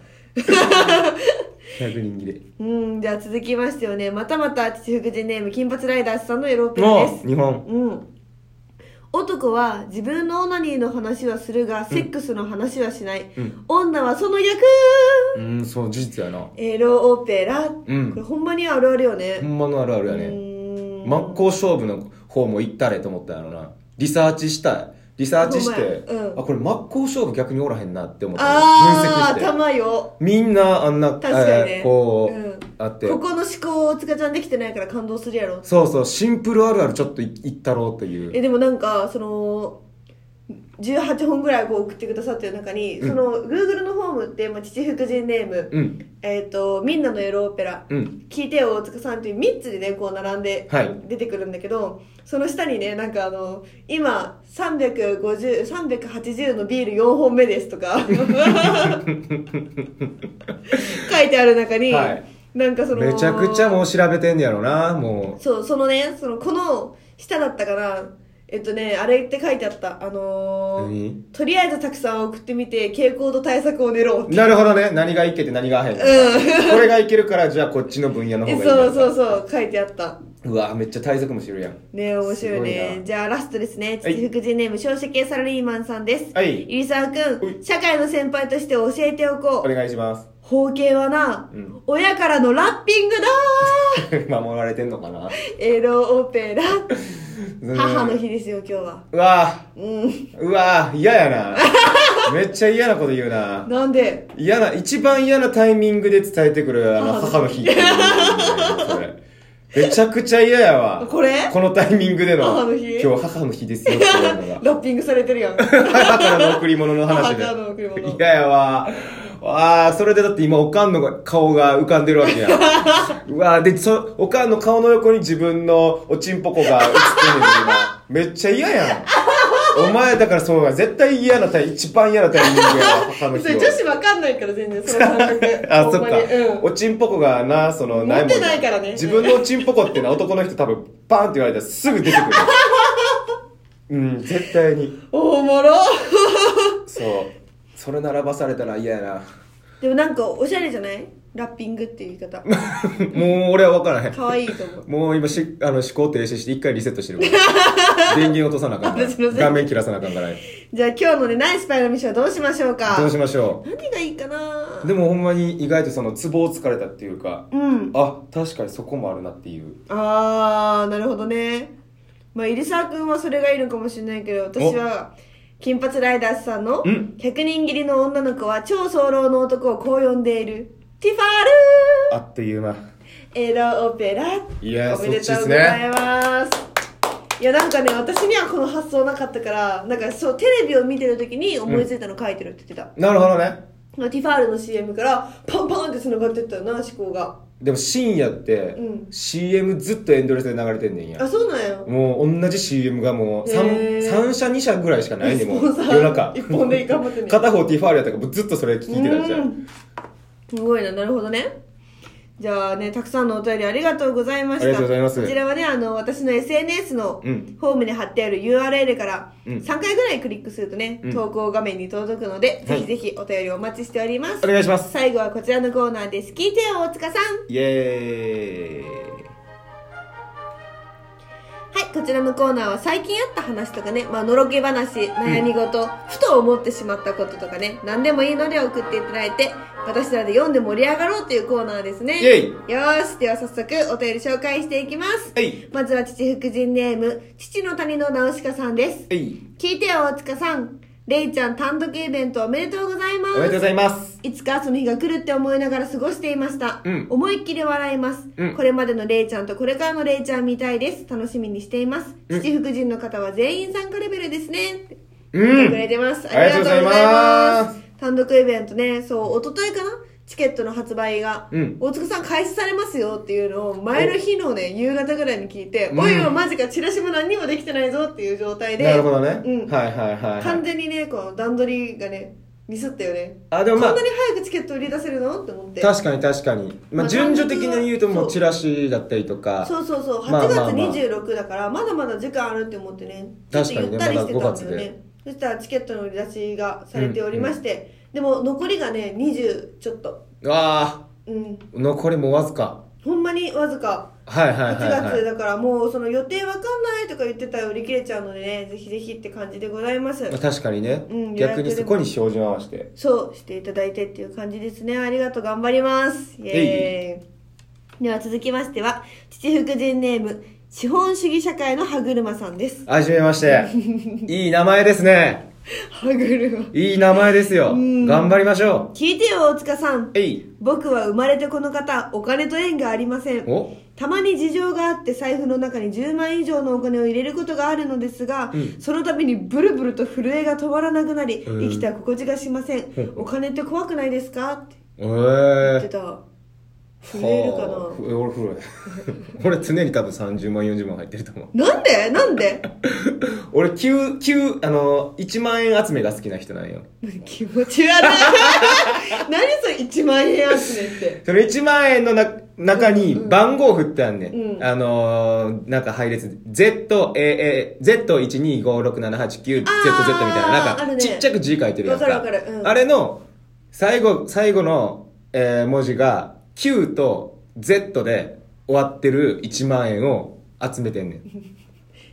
[SPEAKER 2] 100人切り。
[SPEAKER 1] うんじゃあ続きましてはねまたまた父福神ネーム金髪ライダースさんのエロオペラで
[SPEAKER 2] も
[SPEAKER 1] す
[SPEAKER 2] う、日本。
[SPEAKER 1] うん男は自分のオナニーの話はするが、セックスの話はしない、
[SPEAKER 2] うん
[SPEAKER 1] 女はその逆
[SPEAKER 2] うん、そう、事実やな。
[SPEAKER 1] エロオペラ、
[SPEAKER 2] うん
[SPEAKER 1] これほんまにあるあるよ
[SPEAKER 2] ほ
[SPEAKER 1] ね、
[SPEAKER 2] んまのあるあるや
[SPEAKER 1] う
[SPEAKER 2] ね。
[SPEAKER 1] ーん
[SPEAKER 2] 真っ向勝負の方も行ったれと思ったやろな。リサーチしたい。リサーチして、
[SPEAKER 1] ほんまやうん
[SPEAKER 2] あ、これ真っ向勝負逆におらへんなって思った。
[SPEAKER 1] あー
[SPEAKER 2] 分析して。
[SPEAKER 1] 頭よ
[SPEAKER 2] みんなあんな、
[SPEAKER 1] 確かにね
[SPEAKER 2] えーこう、
[SPEAKER 1] うん
[SPEAKER 2] あって。
[SPEAKER 1] ここの思考をつかちゃんできてないから感動するやろ
[SPEAKER 2] そうそう、シンプルあるあるちょっといいったろうという。
[SPEAKER 1] えでもなんかその18本ぐらいこう送ってくださってる中に、
[SPEAKER 2] うん
[SPEAKER 1] その Google のホームって、まあ、父福神ネーム、
[SPEAKER 2] うん、
[SPEAKER 1] えっ、と「みんなのエロオペラ」
[SPEAKER 2] うん。
[SPEAKER 1] 聞いてよ大塚さん」っていう3つでねこう並んで
[SPEAKER 2] はい
[SPEAKER 1] 出てくるんだけど、その下にねなんかあの「今350 380のビール4本 目です」とか書いてある中に、
[SPEAKER 2] はい
[SPEAKER 1] なんかその
[SPEAKER 2] めちゃくちゃもう調べてんねやろなも
[SPEAKER 1] そうそのねそのこの下だったからえっとねあれって書いてあったあ
[SPEAKER 2] う
[SPEAKER 1] のー
[SPEAKER 2] 何
[SPEAKER 1] とりあえずたくさん送ってみて傾向と対策を練ろうって
[SPEAKER 2] なるほどね何がいけて何が入るこれがいけるからじゃあこっちの分野の方がいい
[SPEAKER 1] え
[SPEAKER 2] な
[SPEAKER 1] そうそうそう書いてあった
[SPEAKER 2] うわめっちゃ対策もしてるやん
[SPEAKER 1] ね面白い
[SPEAKER 2] すごい
[SPEAKER 1] ね
[SPEAKER 2] な
[SPEAKER 1] じゃあラストですね
[SPEAKER 2] はい
[SPEAKER 1] 父福神ネーム消費者系サラリーマンさんです
[SPEAKER 2] はい
[SPEAKER 1] 入沢
[SPEAKER 2] は
[SPEAKER 1] 君
[SPEAKER 2] い
[SPEAKER 1] 社会の先輩として教えてお
[SPEAKER 2] お
[SPEAKER 1] こう
[SPEAKER 2] 願いします
[SPEAKER 1] 包茎はな、
[SPEAKER 2] うん
[SPEAKER 1] 親からのラッピングだ
[SPEAKER 2] 守られてんのかな
[SPEAKER 1] ーエロオペラ母の日ですよ今日は
[SPEAKER 2] うわ
[SPEAKER 1] うん
[SPEAKER 2] うわ嫌やな めっちゃ嫌なこと言うな
[SPEAKER 1] なんで
[SPEAKER 2] 嫌な一番嫌なタイミングで伝えてくるあの
[SPEAKER 1] 母
[SPEAKER 2] 母の日っていうそれめちゃくちゃ嫌やわ
[SPEAKER 1] これ
[SPEAKER 2] このタイミングでの
[SPEAKER 1] 母の日
[SPEAKER 2] 今日母の日ですよっていうのが
[SPEAKER 1] ラッピングされてるやん
[SPEAKER 2] 母からの贈り物の話で
[SPEAKER 1] 母からの贈り物
[SPEAKER 2] 嫌やわわあそれでだって今おかんの顔が浮かんでるわ けやうわーでそおかんの顔の横に自分のおちんぽこが映ってんねんけど今めっちゃ嫌やんお前だからそうだ絶対嫌なタイ一番嫌なタイミングやわ母の
[SPEAKER 1] そ
[SPEAKER 2] 日
[SPEAKER 1] れ
[SPEAKER 2] は
[SPEAKER 1] 女子わかんないから全然その感覚
[SPEAKER 2] あ、
[SPEAKER 1] ほ
[SPEAKER 2] そ
[SPEAKER 1] ん
[SPEAKER 2] っ
[SPEAKER 1] ま
[SPEAKER 2] か
[SPEAKER 1] に。うん
[SPEAKER 2] おちんぽこがな、その、
[SPEAKER 1] 持ってないからね
[SPEAKER 2] 自分のおちんぽこってな、男の人多分、バーンって言われたらすぐ 出てくる。うん、絶対に。
[SPEAKER 1] おもろ
[SPEAKER 2] そう。それ並ばされたら嫌やな。
[SPEAKER 1] でもなんかおしゃれじゃないラッピングっていう言い方
[SPEAKER 2] もう俺は分からへん。
[SPEAKER 1] 可愛いと思う
[SPEAKER 2] もう今し、あの、思考停止して一回リセットしてるから。電源落とさなあかんから
[SPEAKER 1] 私のせい
[SPEAKER 2] 画面切らさなあかんから。
[SPEAKER 1] じゃあ今日のねナイスパイのミッションはどうしましょうか
[SPEAKER 2] どうしましょ
[SPEAKER 1] 何がいいかな
[SPEAKER 2] う。でもほんまに意外とその、ツボを疲れたっていうか、
[SPEAKER 1] うん
[SPEAKER 2] あ、確かにそこもあるなっていう。
[SPEAKER 1] あーなるほどねまあ入沢君はそれがいるかもしれないけど私は金髪ライダースさんの
[SPEAKER 2] うん
[SPEAKER 1] 「百人斬りの女の子は超早漏の男をこう呼んでいる」ティファ
[SPEAKER 2] あっという間。
[SPEAKER 1] ールエロオペラ
[SPEAKER 2] いやー、
[SPEAKER 1] お
[SPEAKER 2] そ
[SPEAKER 1] め
[SPEAKER 2] っち
[SPEAKER 1] で
[SPEAKER 2] で
[SPEAKER 1] と
[SPEAKER 2] す
[SPEAKER 1] うご
[SPEAKER 2] ね。
[SPEAKER 1] ざいますいやなんかね私にはこの発想なかったからなんかそうテレビを見てる時に思いついたの書いてるって言ってた、
[SPEAKER 2] なるほどね。
[SPEAKER 1] ティファールの CM からパンパンって繋がってったよな思考が
[SPEAKER 2] でも深夜って
[SPEAKER 1] うん
[SPEAKER 2] CM ずっとエンドレスで流れてんねん
[SPEAKER 1] あ
[SPEAKER 2] や、
[SPEAKER 1] そうなんよ
[SPEAKER 2] もう同じ CM がもう
[SPEAKER 1] へ
[SPEAKER 2] 3,
[SPEAKER 1] ー
[SPEAKER 2] 3社2社ぐらいしかないねんもう
[SPEAKER 1] スポンサー
[SPEAKER 2] 夜中
[SPEAKER 1] 一本で頑張ってね
[SPEAKER 2] 片方ティファールやったからもうずっとそれ聞いてたじゃ
[SPEAKER 1] うんんすごいななるほどねじゃあねたくさんのお便りありがとうございました
[SPEAKER 2] ありがとうございます
[SPEAKER 1] こちらはねあの私の SNS の
[SPEAKER 2] うん
[SPEAKER 1] ホームに貼ってある URL から
[SPEAKER 2] うん
[SPEAKER 1] 3回ぐらいクリックするとね、
[SPEAKER 2] うん
[SPEAKER 1] 投稿画面に届くので、
[SPEAKER 2] はい
[SPEAKER 1] ぜひぜひお便りお待ちしております
[SPEAKER 2] お願いします
[SPEAKER 1] 最後はこちらのコーナーです聞いてよ大塚さん
[SPEAKER 2] イエーイ
[SPEAKER 1] はいこちらのコーナーは最近あった話とかね、まあのろけ話悩み事、ふと思ってしまったこととかね何でもいいので送っていただいて私らで読んで盛り上がろうというコーナーですね
[SPEAKER 2] イエイ
[SPEAKER 1] よーしでは早速お便り紹介していきます
[SPEAKER 2] はい
[SPEAKER 1] まずは父福神ネーム父の谷のナウシカさんです
[SPEAKER 2] はい
[SPEAKER 1] 聞いてよ大塚さんレイちゃん単独イベントおめでとうございます
[SPEAKER 2] おめでとうございます
[SPEAKER 1] いつかその日が来るって思いながら過ごしていました、
[SPEAKER 2] うん
[SPEAKER 1] 思いっきり笑います、
[SPEAKER 2] うん
[SPEAKER 1] これまでのレイちゃんとこれからのレイちゃんみたいです楽しみにしています、
[SPEAKER 2] うん
[SPEAKER 1] 七福神の方は全員参加レベルですね
[SPEAKER 2] うん
[SPEAKER 1] 見てくれてます
[SPEAKER 2] ありがとうございます
[SPEAKER 1] ありがとうございます単独イベントねそう一昨日かなチケットの発売が、
[SPEAKER 2] うん
[SPEAKER 1] 大塚さん開始されますよっていうのを前の日のね夕方ぐらいに聞いて、
[SPEAKER 2] うん
[SPEAKER 1] おいおいマジかチラシも何にもできてないぞっていう状態で
[SPEAKER 2] なるほどね、
[SPEAKER 1] うん
[SPEAKER 2] はいはいはい、は
[SPEAKER 1] 完
[SPEAKER 2] い、
[SPEAKER 1] 全にねこの段取りがねミスったよね
[SPEAKER 2] あでもま
[SPEAKER 1] こ
[SPEAKER 2] あ
[SPEAKER 1] んなに早くチケット売り出せるのって思って
[SPEAKER 2] 確かに確かに、ま
[SPEAKER 1] まあ
[SPEAKER 2] あ、順序的に言うとも
[SPEAKER 1] そう
[SPEAKER 2] うチラシだったりとか
[SPEAKER 1] そうそうそう
[SPEAKER 2] まあ
[SPEAKER 1] 8月
[SPEAKER 2] まあまあ
[SPEAKER 1] 26だからまだまだ時間あるって思ってねちょっと
[SPEAKER 2] 確
[SPEAKER 1] ゆ
[SPEAKER 2] かに
[SPEAKER 1] っ
[SPEAKER 2] ね
[SPEAKER 1] たりしてたんだよ
[SPEAKER 2] まだ
[SPEAKER 1] ね
[SPEAKER 2] 5
[SPEAKER 1] そしたらチケットの売り出しがされておりまして、でも残りがね20ちょっと
[SPEAKER 2] あ
[SPEAKER 1] うん
[SPEAKER 2] ー残りもうわずか
[SPEAKER 1] ほんまにわずか
[SPEAKER 2] はいはい
[SPEAKER 1] 8
[SPEAKER 2] はい、はい、
[SPEAKER 1] 月だからもうその予定わかんないとか言ってたら売り切れちゃうのでねぜひぜひって感じでございます
[SPEAKER 2] まあ確かにね、
[SPEAKER 1] うん
[SPEAKER 2] 逆にそこに照準合わせて
[SPEAKER 1] そうしていただいてっていう感じですねありがとう頑張りますイエーイでは続きましては父福神ネーム資本主義社会の歯車さんです
[SPEAKER 2] はじめまして いい名前ですね
[SPEAKER 1] 歯車
[SPEAKER 2] いい名前ですよ
[SPEAKER 1] うん
[SPEAKER 2] 頑張りましょ
[SPEAKER 1] 聞いてよ大塚さん
[SPEAKER 2] うえい
[SPEAKER 1] 僕は生まれてこの方お金と縁がありません
[SPEAKER 2] お
[SPEAKER 1] たまに事情があって財布の中に10万円以上のお金を入れることがあるのですが、
[SPEAKER 2] うん
[SPEAKER 1] その度にブルブルと震えが止まらなくなり
[SPEAKER 2] う
[SPEAKER 1] 生
[SPEAKER 2] ん
[SPEAKER 1] きた心地がしません、
[SPEAKER 2] うん
[SPEAKER 1] お金って怖くないですかって
[SPEAKER 2] ええ
[SPEAKER 1] 言って
[SPEAKER 2] ー
[SPEAKER 1] た、震えるかな
[SPEAKER 2] はあえ俺古い 俺常に多分30万40万入ってると思う
[SPEAKER 1] なんでなんで
[SPEAKER 2] 俺9九あの1万円集めが好きな人なんよ
[SPEAKER 1] 気持ち悪い何それ1万円集めって
[SPEAKER 2] その1万円のな中に番号振ってあんねん。
[SPEAKER 1] うん
[SPEAKER 2] あのー、なんか配列、Z、A、A、Z1256789、ZZ みたいな、なん
[SPEAKER 1] あ
[SPEAKER 2] か、
[SPEAKER 1] るね
[SPEAKER 2] ちっちゃく字書いてるやんか。
[SPEAKER 1] わかるわかるうん
[SPEAKER 2] あれの、最後、最後の、えー文字が、Q と Z で終わってる1万円を集めてんねん。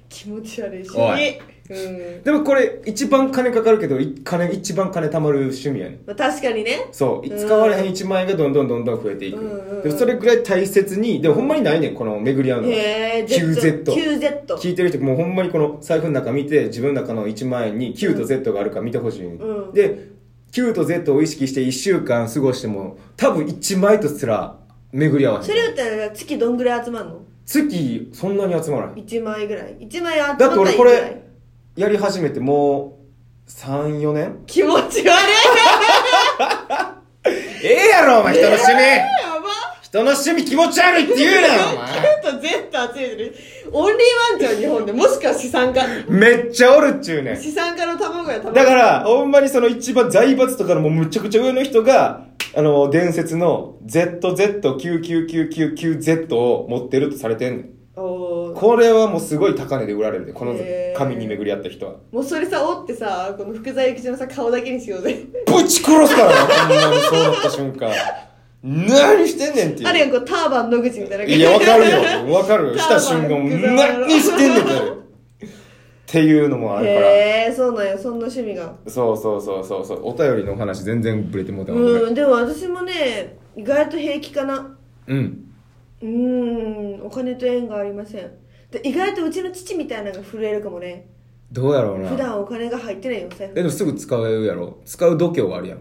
[SPEAKER 1] 気持ち悪いし
[SPEAKER 2] おい
[SPEAKER 1] うん
[SPEAKER 2] でもこれ、一番金かかるけど、い金、一番金貯まる趣味やねん。
[SPEAKER 1] まあ、確かにね
[SPEAKER 2] そう
[SPEAKER 1] うん
[SPEAKER 2] 使われへん1万円がどんどんどんどん増えていく、
[SPEAKER 1] うんうん
[SPEAKER 2] でもそれぐらい大切にでもほんまにないねんこの巡り合うのが
[SPEAKER 1] へえ
[SPEAKER 2] QZ
[SPEAKER 1] QZ
[SPEAKER 2] 聞いてる人もうほんまにこの財布の中見て自分の中の1万円に Q と Z があるか見てほしい、
[SPEAKER 1] うん
[SPEAKER 2] で Q と Z を意識して1週間過ごしても多分1枚とすら巡り合わへん
[SPEAKER 1] それだったら月どんぐらい集まるの
[SPEAKER 2] 月そんなに集まらない
[SPEAKER 1] 1枚ぐらい1枚集まった
[SPEAKER 2] だって俺こ
[SPEAKER 1] らいくらい
[SPEAKER 2] れやり始めてもう34年
[SPEAKER 1] 気持ち悪いや
[SPEAKER 2] ええやろお前人の趣味、
[SPEAKER 1] ば
[SPEAKER 2] 人の趣味気持ち悪いって言うな よお前
[SPEAKER 1] Q と Z 集めてるオンリーワンじゃん日本でもしか資産家
[SPEAKER 2] めっちゃおるっちゅうねん
[SPEAKER 1] 資産家の卵や卵
[SPEAKER 2] だから、ほんまにその一番財閥とかのもうむちゃくちゃ上の人が、あの、伝説の ZZ99999Z を持ってるとされてんねん。
[SPEAKER 1] おー
[SPEAKER 2] これはもうすごい高値で売られるで、この
[SPEAKER 1] へー
[SPEAKER 2] 神に巡り合った人は。
[SPEAKER 1] もうそれさ折ってさこの福沢諭吉のさ顔だけにしようぜ
[SPEAKER 2] ぶち殺すからな、ほんまにそうなった瞬間。何してんねんっていう。
[SPEAKER 1] あるやんこうターバン野口みたいな感じ
[SPEAKER 2] いや、わかる よ。わかるよ。
[SPEAKER 1] タ
[SPEAKER 2] し
[SPEAKER 1] ーバ
[SPEAKER 2] た
[SPEAKER 1] ン
[SPEAKER 2] 瞬間、
[SPEAKER 1] 福沢
[SPEAKER 2] 何してんねんってなる。っていうのもあるから。
[SPEAKER 1] へえそうなんやそんな趣味が
[SPEAKER 2] そうそうそうそうそう。お便りのお話全然ブレてもうたわ
[SPEAKER 1] うんでも私もね意外と平気かな
[SPEAKER 2] うん。
[SPEAKER 1] うーんお金と縁がありませんで意外とうちの父みたいなのが震えるかもね
[SPEAKER 2] どうやろうな。
[SPEAKER 1] 普段お金が入ってないよ財
[SPEAKER 2] え
[SPEAKER 1] 布
[SPEAKER 2] でもすぐ使うやろ使う度胸はあるやん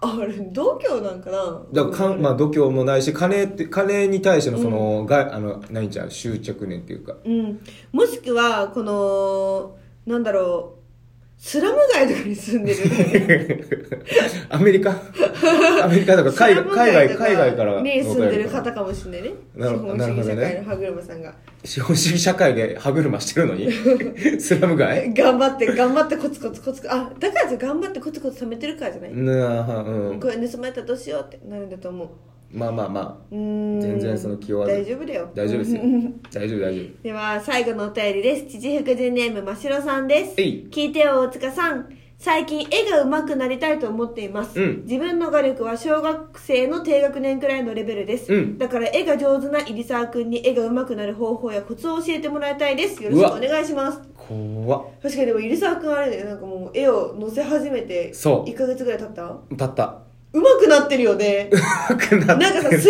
[SPEAKER 1] あれ度胸なんかな
[SPEAKER 2] だからかん、まあ、度胸もないし金って金に対してのその、があの何ちゃう執着念っていうか
[SPEAKER 1] うんもしくはこのなんだろうスラム街とかに住んで る
[SPEAKER 2] アメ リカアメリカとか海外海外海外から
[SPEAKER 1] ね
[SPEAKER 2] の
[SPEAKER 1] 住
[SPEAKER 2] お
[SPEAKER 1] ん
[SPEAKER 2] 便り
[SPEAKER 1] でる方かもしれないね
[SPEAKER 2] なるほど
[SPEAKER 1] 資本主義社
[SPEAKER 2] なるほ
[SPEAKER 1] 会
[SPEAKER 2] どね
[SPEAKER 1] の歯車さんが
[SPEAKER 2] 資本主義社会で歯車してる のにスラム街
[SPEAKER 1] 頑張って頑張ってコツコツコツあだからじゃ頑張ってコツコツ貯めてるからじゃない、
[SPEAKER 2] なあうん
[SPEAKER 1] これ盗まれたらどうしようってなるんだと思う
[SPEAKER 2] まあまあま
[SPEAKER 1] うーん
[SPEAKER 2] 全然その気負わず
[SPEAKER 1] 大丈夫だよ
[SPEAKER 2] あ大丈夫ですよ大丈夫大丈夫
[SPEAKER 1] では最後のお便りです父福神ネームましろさんです
[SPEAKER 2] えい
[SPEAKER 1] 聞いてよ大塚さん最近絵が上手くなりたいと思っています、
[SPEAKER 2] うん
[SPEAKER 1] 自分の画力は小学生の低学年くらいのレベルです、
[SPEAKER 2] うん
[SPEAKER 1] だから絵が上手な入沢くんに絵が上手くなる方法やコツを教えてもらいたいですよろしくお願いします
[SPEAKER 2] 怖っ
[SPEAKER 1] 確かにでも入沢くんあれだよなんかもう絵を載せ始めて
[SPEAKER 2] そう
[SPEAKER 1] 1ヶ月ぐらい経った
[SPEAKER 2] たった
[SPEAKER 1] 上手くなってるよ ねなんかさ水墨画み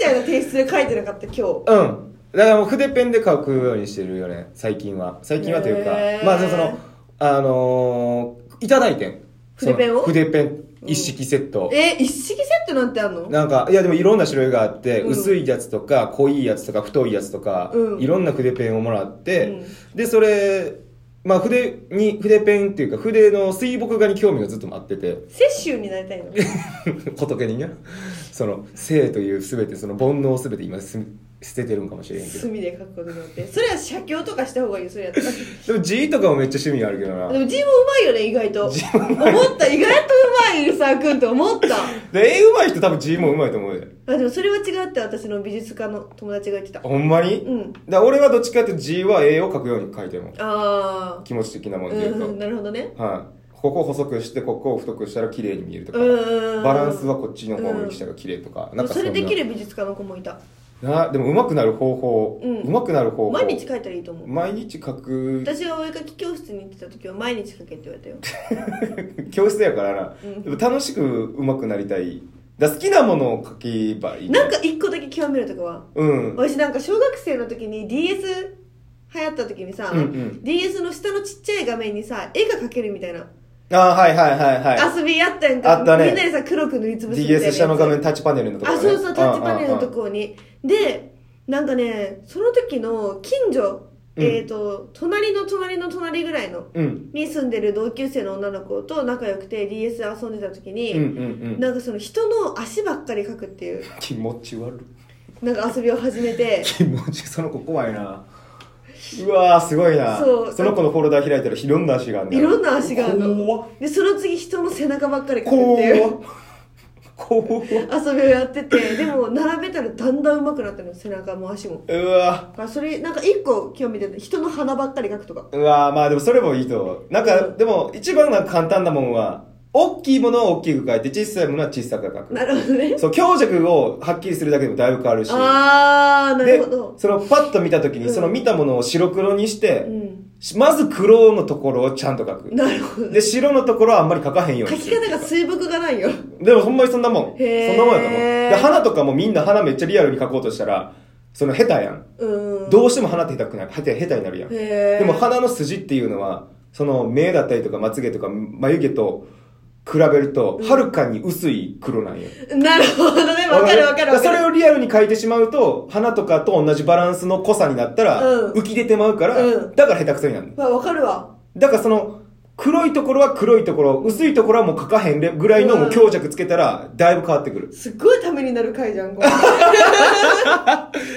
[SPEAKER 1] たいな提出で描いてなかった今日
[SPEAKER 2] うん。だからもう筆ペンで書くようにしてるよね、最近は。最近はというか、
[SPEAKER 1] へー
[SPEAKER 2] まあその、あのーいただいてん。
[SPEAKER 1] 筆ペンを
[SPEAKER 2] その筆ペン一式セット。
[SPEAKER 1] え一式セットなんてあんの
[SPEAKER 2] なんか、いやでもいろんな種類があって、
[SPEAKER 1] うん
[SPEAKER 2] 薄いやつとか、濃いやつとか、太いやつとか、
[SPEAKER 1] うん
[SPEAKER 2] いろんな筆ペンをもらって、
[SPEAKER 1] う
[SPEAKER 2] で、それ、まあ筆に、筆ペンっていうか、筆の水墨画に興味がずっとあってて、
[SPEAKER 1] 摂取になりたいの
[SPEAKER 2] 仏にね、その、生というすべて、その煩悩をすべて今す捨ててるんかもしれへんけど。
[SPEAKER 1] 墨で書くことによってそれは写経とかした方がいいよそれやった ら
[SPEAKER 2] でも字とかもめっちゃ趣味あるけどな。
[SPEAKER 1] でも字もうまいよね意外 と思った意外とうまい入沢君って思った
[SPEAKER 2] で、絵上手い人多分字も上手いと思うで。
[SPEAKER 1] あでもそれは違うって私の美術家の友達が言ってた
[SPEAKER 2] ほんまに、
[SPEAKER 1] うん
[SPEAKER 2] だ俺はどっちかっていうと字は絵を描くように描いてるもん。
[SPEAKER 1] ああ
[SPEAKER 2] 気持ち的なもん
[SPEAKER 1] う
[SPEAKER 2] で言うと。
[SPEAKER 1] んなるほどね
[SPEAKER 2] はい。ここを細くして、ここを太くしたら綺麗に見えるとか。
[SPEAKER 1] うん
[SPEAKER 2] バランスはこっちの方にしたら綺麗とか。なんか
[SPEAKER 1] それ
[SPEAKER 2] んな
[SPEAKER 1] できる美術家の子もいた
[SPEAKER 2] なでも上手くなる方法。
[SPEAKER 1] うん
[SPEAKER 2] 上手くなる方法。
[SPEAKER 1] 毎日。書いたらいいと思う
[SPEAKER 2] 毎日描く。
[SPEAKER 1] 私はお絵描き教室に行ってた時は毎日書けって言われ たよ
[SPEAKER 2] 教室やからな。
[SPEAKER 1] うん
[SPEAKER 2] でも楽しく上手くなりたい。だから好きなものを描けばいい。
[SPEAKER 1] なんか一個だけ極めるとかは
[SPEAKER 2] うん。
[SPEAKER 1] 私なんか小学生の時に DS 流行った時にさ、
[SPEAKER 2] うんうん。
[SPEAKER 1] DS の下のちっちゃい画面にさ絵が描けるみたいな、
[SPEAKER 2] ああ、はいはいはいは
[SPEAKER 1] 遊びやったやんか
[SPEAKER 2] あったね
[SPEAKER 1] みんなでさ黒く塗りつぶ
[SPEAKER 2] い。
[SPEAKER 1] すみたいなや
[SPEAKER 2] DS
[SPEAKER 1] つ
[SPEAKER 2] 下の画面タッチパネルのところ、
[SPEAKER 1] あ
[SPEAKER 2] ね。
[SPEAKER 1] そうそうタッチパネルの
[SPEAKER 2] うんうんうん
[SPEAKER 1] ところにでなんかねその時の近所、
[SPEAKER 2] うん
[SPEAKER 1] えっ、と隣の隣の隣ぐらいの
[SPEAKER 2] うん。
[SPEAKER 1] に住んでる同級生の女の子と仲良くて DS で遊んでた時
[SPEAKER 2] うん
[SPEAKER 1] に、
[SPEAKER 2] うんうん。
[SPEAKER 1] なんかその人の足ばっかり描くっていう
[SPEAKER 2] 気持ち悪い。
[SPEAKER 1] なんか遊びを始めて
[SPEAKER 2] 気持ち、その子怖いな。うわー、すごいな。
[SPEAKER 1] そう
[SPEAKER 2] の子のフォルダ開いたらいろんな足がある
[SPEAKER 1] いろんな足があるの
[SPEAKER 2] 怖っ
[SPEAKER 1] でその次人の背中ばっかり描くっていう
[SPEAKER 2] 怖っ怖っ
[SPEAKER 1] 遊びをやっててでも並べたらだんだん上手くなってるの背中も足も
[SPEAKER 2] うわ
[SPEAKER 1] だからそれなんか一個今日見てて人の鼻ばっかり描くとか
[SPEAKER 2] うわまあでもそれもいいと思うなんか、
[SPEAKER 1] うん
[SPEAKER 2] でも一番なんか簡単なもんは大きいものを大きく書いて小さいものは小さく書く
[SPEAKER 1] なるほどね
[SPEAKER 2] そう強弱をはっきりするだけでもだいぶ変わるし
[SPEAKER 1] ああな
[SPEAKER 2] で
[SPEAKER 1] るほど
[SPEAKER 2] それをパッと見た時に、
[SPEAKER 1] うん
[SPEAKER 2] その見たものを白黒にして
[SPEAKER 1] う、ん
[SPEAKER 2] まず黒のところをちゃんと書く
[SPEAKER 1] なるほど
[SPEAKER 2] で白のところはあんまり書かへんよう
[SPEAKER 1] 書
[SPEAKER 2] に
[SPEAKER 1] き
[SPEAKER 2] する
[SPEAKER 1] 方が水墨画なんよ
[SPEAKER 2] でもほんまにそんなもんそ
[SPEAKER 1] へー
[SPEAKER 2] んなもんやと思うで花とかもみんな花めっちゃリアルに描こうとしたらその下手やん
[SPEAKER 1] うん
[SPEAKER 2] どうしても花って下手くない下手下手になるやん
[SPEAKER 1] へえ
[SPEAKER 2] でも花の筋っていうのはその目だったりとかまつげとか眉毛と比べるとはるかに薄い黒なんよ、
[SPEAKER 1] なるほどねわかるわかるわ
[SPEAKER 2] そ
[SPEAKER 1] か
[SPEAKER 2] れ
[SPEAKER 1] る
[SPEAKER 2] をリアルに描いてしまうと花とかと同じバランスの濃さになったら
[SPEAKER 1] うん
[SPEAKER 2] 浮き出てまうから、
[SPEAKER 1] うん
[SPEAKER 2] だから下手くそになるの
[SPEAKER 1] まあわかるわ
[SPEAKER 2] だからその黒いところは黒いところ薄いところはもう描かへんぐらいのもう強弱つけたらだいぶ変わってくる
[SPEAKER 1] すっごいためになる回じゃんこれも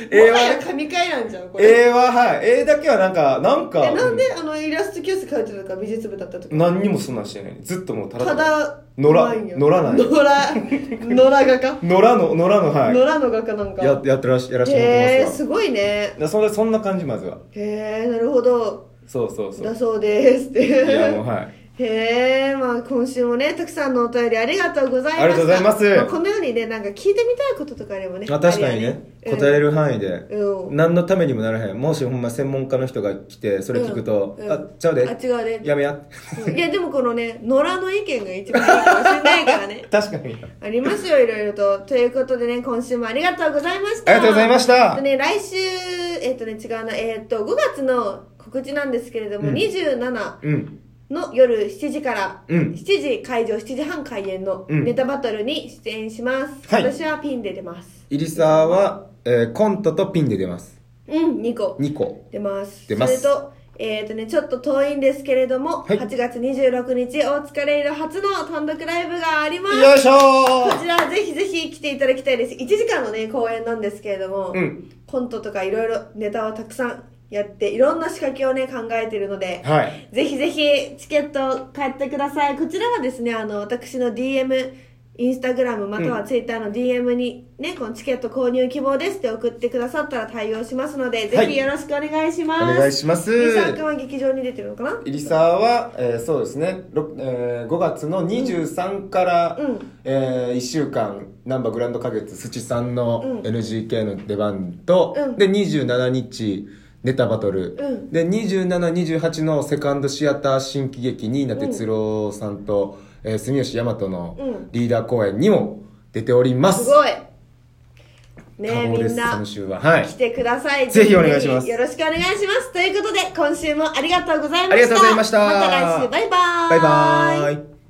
[SPEAKER 2] ええ
[SPEAKER 1] は
[SPEAKER 2] わ
[SPEAKER 1] や神回なんじゃんこれ
[SPEAKER 2] ええわはいええだけはなんかなんか
[SPEAKER 1] えなんであのイラスト教室通ってたか美術部だった時
[SPEAKER 2] 何にもそんなんしてないずっともうただ
[SPEAKER 1] ただ
[SPEAKER 2] 野良
[SPEAKER 1] うまいんよ
[SPEAKER 2] 野良なんよ
[SPEAKER 1] 野良野良画家
[SPEAKER 2] 野良の野良の はい
[SPEAKER 1] 野良の画家なんか
[SPEAKER 2] ややってらしやらしてもらって
[SPEAKER 1] へえ
[SPEAKER 2] ます
[SPEAKER 1] す
[SPEAKER 2] わ
[SPEAKER 1] ごいね
[SPEAKER 2] だそんなそんな感じまずは
[SPEAKER 1] へえなるほど
[SPEAKER 2] そうそうそう
[SPEAKER 1] だそうですって
[SPEAKER 2] いやもうはい
[SPEAKER 1] へえまあ今週もねたくさんのお便りありがとうございました
[SPEAKER 2] ありがとうございます
[SPEAKER 1] あこのようにねなんか聞いてみたいこととかあればね
[SPEAKER 2] あ確かにね答え
[SPEAKER 1] る
[SPEAKER 2] る範囲で
[SPEAKER 1] うん、
[SPEAKER 2] 何のためにもならへんもしほんま専門家の人が来てそれ聞くと
[SPEAKER 1] うんうん
[SPEAKER 2] あちゃう
[SPEAKER 1] あ
[SPEAKER 2] で
[SPEAKER 1] 違うね
[SPEAKER 2] やめや
[SPEAKER 1] うんいやでもこのね野良の意見が一番いいかもしれないから ね
[SPEAKER 2] 確かに
[SPEAKER 1] ありますよいろいろとということでね今週もありがとうございまし
[SPEAKER 2] あ
[SPEAKER 1] た
[SPEAKER 2] りがとうございました
[SPEAKER 1] えっとね来週えっとね違うなえっと5月の告知なんですけれども、
[SPEAKER 2] うん
[SPEAKER 1] 27
[SPEAKER 2] うん
[SPEAKER 1] の夜7時から、
[SPEAKER 2] うん
[SPEAKER 1] 7時会場7時半開演の
[SPEAKER 2] うん
[SPEAKER 1] ネタバトルに出演します、
[SPEAKER 2] はい
[SPEAKER 1] 私はピンで出ます
[SPEAKER 2] 入沢はえーコントとピンで出ます
[SPEAKER 1] うん2個
[SPEAKER 2] 2個
[SPEAKER 1] 出ます
[SPEAKER 2] 出ます
[SPEAKER 1] それとえっ、とねちょっと遠いんですけれども、
[SPEAKER 2] はい
[SPEAKER 1] 8月26日大塚レイル初の単独ライブがあります
[SPEAKER 2] よいしょ
[SPEAKER 1] こ
[SPEAKER 2] ー
[SPEAKER 1] ちらぜひぜひ来ていただきたいです1時間のね公演なんですけれども、
[SPEAKER 2] うん
[SPEAKER 1] コントとかいろいろネタをたくさんやっていろんな仕掛けをね考えてるので、
[SPEAKER 2] はい
[SPEAKER 1] ぜひぜひチケットを買ってくださいこちらはですねあの私の DM インスタグラムまたはツイッターの DM にね、このチケット購入希望ですって送ってくださったら対応しますので、
[SPEAKER 2] はい
[SPEAKER 1] ぜひよろしくお願いし
[SPEAKER 2] お
[SPEAKER 1] ます
[SPEAKER 2] 願いします
[SPEAKER 1] リサ君は劇場に出てるのかな
[SPEAKER 2] 入沢は、えーそうですね、ろえー5月の23から、
[SPEAKER 1] うん
[SPEAKER 2] え1週間なんばグランド花月すちさん
[SPEAKER 1] う
[SPEAKER 2] の
[SPEAKER 1] ん
[SPEAKER 2] NGK の出番と、
[SPEAKER 1] うん
[SPEAKER 2] で27日ネタバトル、
[SPEAKER 1] うん
[SPEAKER 2] で2728のセカンドシアター新喜劇になってつ郎さんと、えー住吉大和の
[SPEAKER 1] うん
[SPEAKER 2] リーダー公演にも出ておりますす、
[SPEAKER 1] ごい
[SPEAKER 2] 多
[SPEAKER 1] ねえ
[SPEAKER 2] 忙
[SPEAKER 1] み
[SPEAKER 2] で
[SPEAKER 1] ん
[SPEAKER 2] す
[SPEAKER 1] な
[SPEAKER 2] 今週ははい
[SPEAKER 1] 来てください
[SPEAKER 2] ぜひお願いします
[SPEAKER 1] よろしくお願いしますということで今週もありがとうございました
[SPEAKER 2] ありがとうございました
[SPEAKER 1] また来週バイバーイ
[SPEAKER 2] バイバーイ